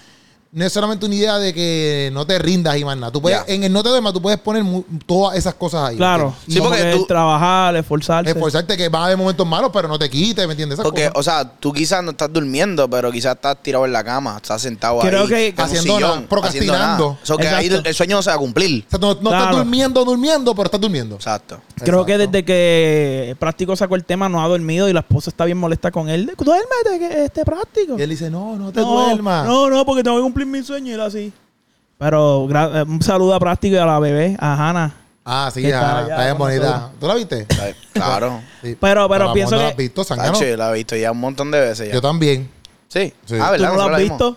S1: no es solamente una idea de que no te rindas y más nada. Tú puedes,
S3: Ya.
S1: en el no te duermas, tú puedes poner mu- todas esas cosas ahí. ¿me
S2: Claro.
S1: entiendes?
S3: Sí,
S2: Como
S3: porque
S2: que
S3: tú-
S2: trabajar, esforzarse.
S1: Esforzarte que va a haber momentos malos, pero no te quites, ¿me entiendes?
S2: Pues
S1: Esas
S3: Porque,
S1: cosas.
S3: o sea, tú quizás no estás durmiendo, pero quizás estás tirado en la cama, estás sentado
S2: Creo
S3: ahí.
S2: que-
S3: en un
S1: Haciendo nada, procrastinando.
S3: haciendo nada. O sea, que ahí
S2: Exacto.
S3: el sueño no se va a cumplir.
S1: O sea, no, no
S2: Claro.
S1: estás durmiendo, durmiendo, pero estás durmiendo.
S3: Exacto.
S2: Creo que
S1: Exacto.
S2: desde que Práctico sacó el tema no ha dormido y la esposa está bien molesta con él. de, Duérmete, que este Práctico.
S1: Y él dice, no, no te
S2: no,
S1: duermas.
S2: no, no, porque tengo que cumplir mi sueño y él así. Pero gra- eh, un saludo a Práctico y a la bebé, a Hannah.
S1: Ah, sí,
S2: Que
S1: ya,
S2: estaba
S1: está,
S2: ya
S1: bien
S2: con
S1: bonita.
S2: nosotros.
S1: ¿Tú la viste?
S3: Ay, Claro.
S1: Sí.
S2: Pero- pero
S1: la-
S2: pienso
S1: ¿no la
S2: que-
S1: has visto, Zangano?
S3: Tacho, yo la he visto ya un montón de veces. Ya.
S1: Yo también.
S3: Sí.
S1: Sí.
S3: Ah,
S2: ¿Tú
S3: ¿verdad?
S2: no
S3: Nosotros
S2: la has
S3: vimos.
S2: visto?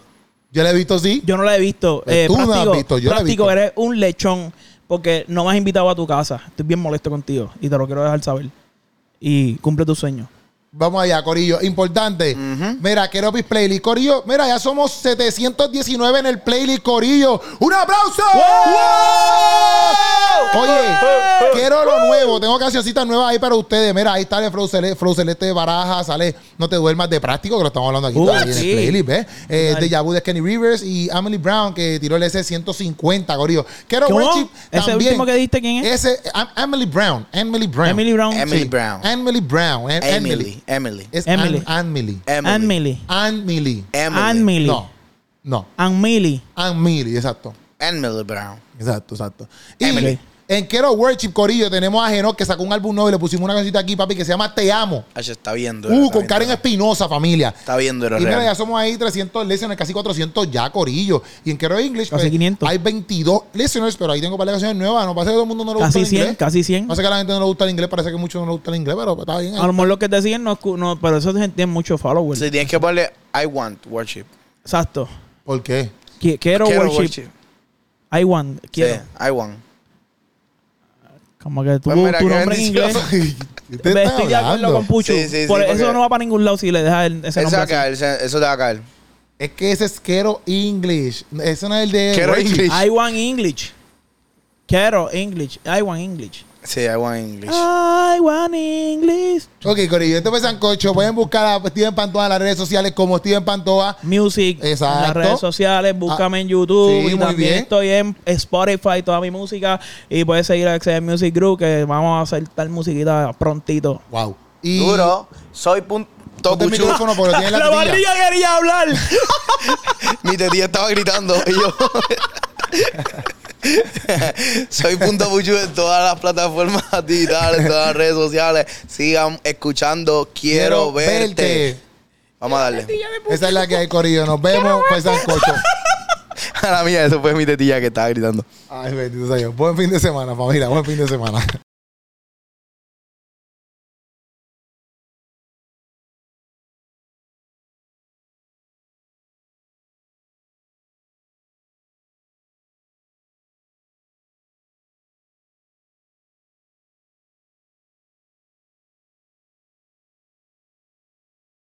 S1: Yo la he visto así.
S2: Yo no la he visto.
S1: Pues
S2: Eh,
S1: tú no la has
S2: práctico,
S1: visto, yo la he
S2: práctico,
S1: visto.
S2: eres un lechón porque no me has invitado a tu casa. Estoy bien molesto contigo y te lo quiero dejar saber. Y cumple tu sueño.
S1: Vamos allá, Corillo. Importante. Mira, Keropis Playlist. Corillo, mira, ya somos 719 en el Playlist, Corillo. ¡Un aplauso! ¡Wow! Oye, quiero lo nuevo. Tengo cancioncitas nuevas ahí para ustedes. Mira, ahí está el Flow Celeste, Flow Celeste de Baraja. Sale No te duermas de práctico, que lo estamos hablando aquí
S2: Uh,
S1: también en
S2: sí.
S1: el Playlist, ¿ves? Eh,
S2: Claro.
S1: de Yabu de Kenny Rivers y Amelie Brown, que tiró el S150, Corillo. Quiero
S2: ¿Cómo?
S1: Worship
S2: ¿Ese último que dijiste quién es?
S1: Ese, Am- Emily Brown. Emily Brown.
S2: Emily Brown.
S3: Emily
S1: Sí.
S3: Brown.
S2: Eh,
S1: Emily Brown. Em-
S3: Emily.
S1: Emily.
S3: Emily.
S1: Es
S2: Emily.
S1: Emily. Emily.
S2: Ann Millie.
S1: Emily.
S2: Ann
S3: Emily.
S2: Millie.
S1: No. No.
S2: Ann Millie.
S1: Emily, exacto.
S3: Emily Brown.
S1: Exacto, exacto. Y
S2: Emily.
S1: en Quiero Worship Corillo tenemos a Genoc que sacó un álbum nuevo y le pusimos una cancioncita aquí, papi, que se llama Te Amo.
S3: Ay, se está viendo.
S1: Uh,
S3: está
S1: con
S3: viendo.
S1: Karen Espinosa, familia.
S3: Está viendo, era
S1: Y mira, ya
S3: real.
S1: somos ahí 300 listeners, casi 400 ya, corillo. Y en Quiero English,
S2: Casi
S1: pues,
S2: 500.
S1: hay 22 listeners, pero ahí tengo para las canciones nuevas. No pasa que todo el mundo no le gusta
S2: Casi
S1: el
S2: 100,
S1: inglés.
S2: casi 100.
S1: No sé que a la gente no le gusta el inglés, parece que muchos no le gusta el inglés, pero pues, está bien.
S2: A lo mejor lo que te siguen no, escu- no pero eso se tiene muchos followers.
S3: Si tienes que ponerle I want worship.
S2: Exacto.
S1: ¿Por qué?
S2: Qui- Quiero, worship. I want. Quiero.
S3: Sí, I want.
S2: Como que tú,
S3: Pues mira,
S2: tu
S3: qué
S2: nombre en
S3: bendición.
S2: inglés.
S1: ¿Qué te
S2: Estoy
S1: estás
S2: de acuerdo
S1: hablando?
S2: con Pucho.
S3: Sí, sí, sí,
S2: Por
S3: porque-
S2: eso no va para ningún lado si le dejas el- ese
S3: Eso,
S2: nombre.
S3: va a
S2: así. Eh,
S3: caer, se- eso te va a caer.
S1: Es que ese es Quiero English. Eso no es el de.
S3: Quiero
S1: Worship.
S3: English.
S2: I want English. Quiero English. I want English.
S3: Sí, I want English.
S2: Ah. I want English.
S1: Ok, Corillo, este fue Sancocho. Pueden buscar a Steven Pantoa en las redes sociales como Steven Pantoa.
S2: Music.
S1: Exacto. Ah,
S2: En las redes sociales, búscame en
S1: sí,
S2: YouTube. y
S1: muy
S2: también
S1: bien.
S2: estoy en Spotify, toda mi música. Y puedes seguir a Excel Music Group, que vamos a hacer tal musiquita prontito.
S1: Wow. Y
S3: Duro. Soy punto
S1: Ponte el
S3: cuchu.
S1: micrófono porque lo tiene en
S2: la
S1: la tetilla.
S2: barriga quería hablar.
S3: Mi tetilla estaba gritando. Y yo. Soy punto puchu en todas las plataformas digitales, en todas las redes sociales. Sigan escuchando. Quiero, verte. Vamos a darle.
S1: Esa es la que hay, Corillo. Nos vemos. Fue Sancocho.
S3: A la mía, eso fue mi tetilla que estaba gritando.
S1: Ay, bendito sea Dios. Buen fin de semana, familia. Buen fin de semana.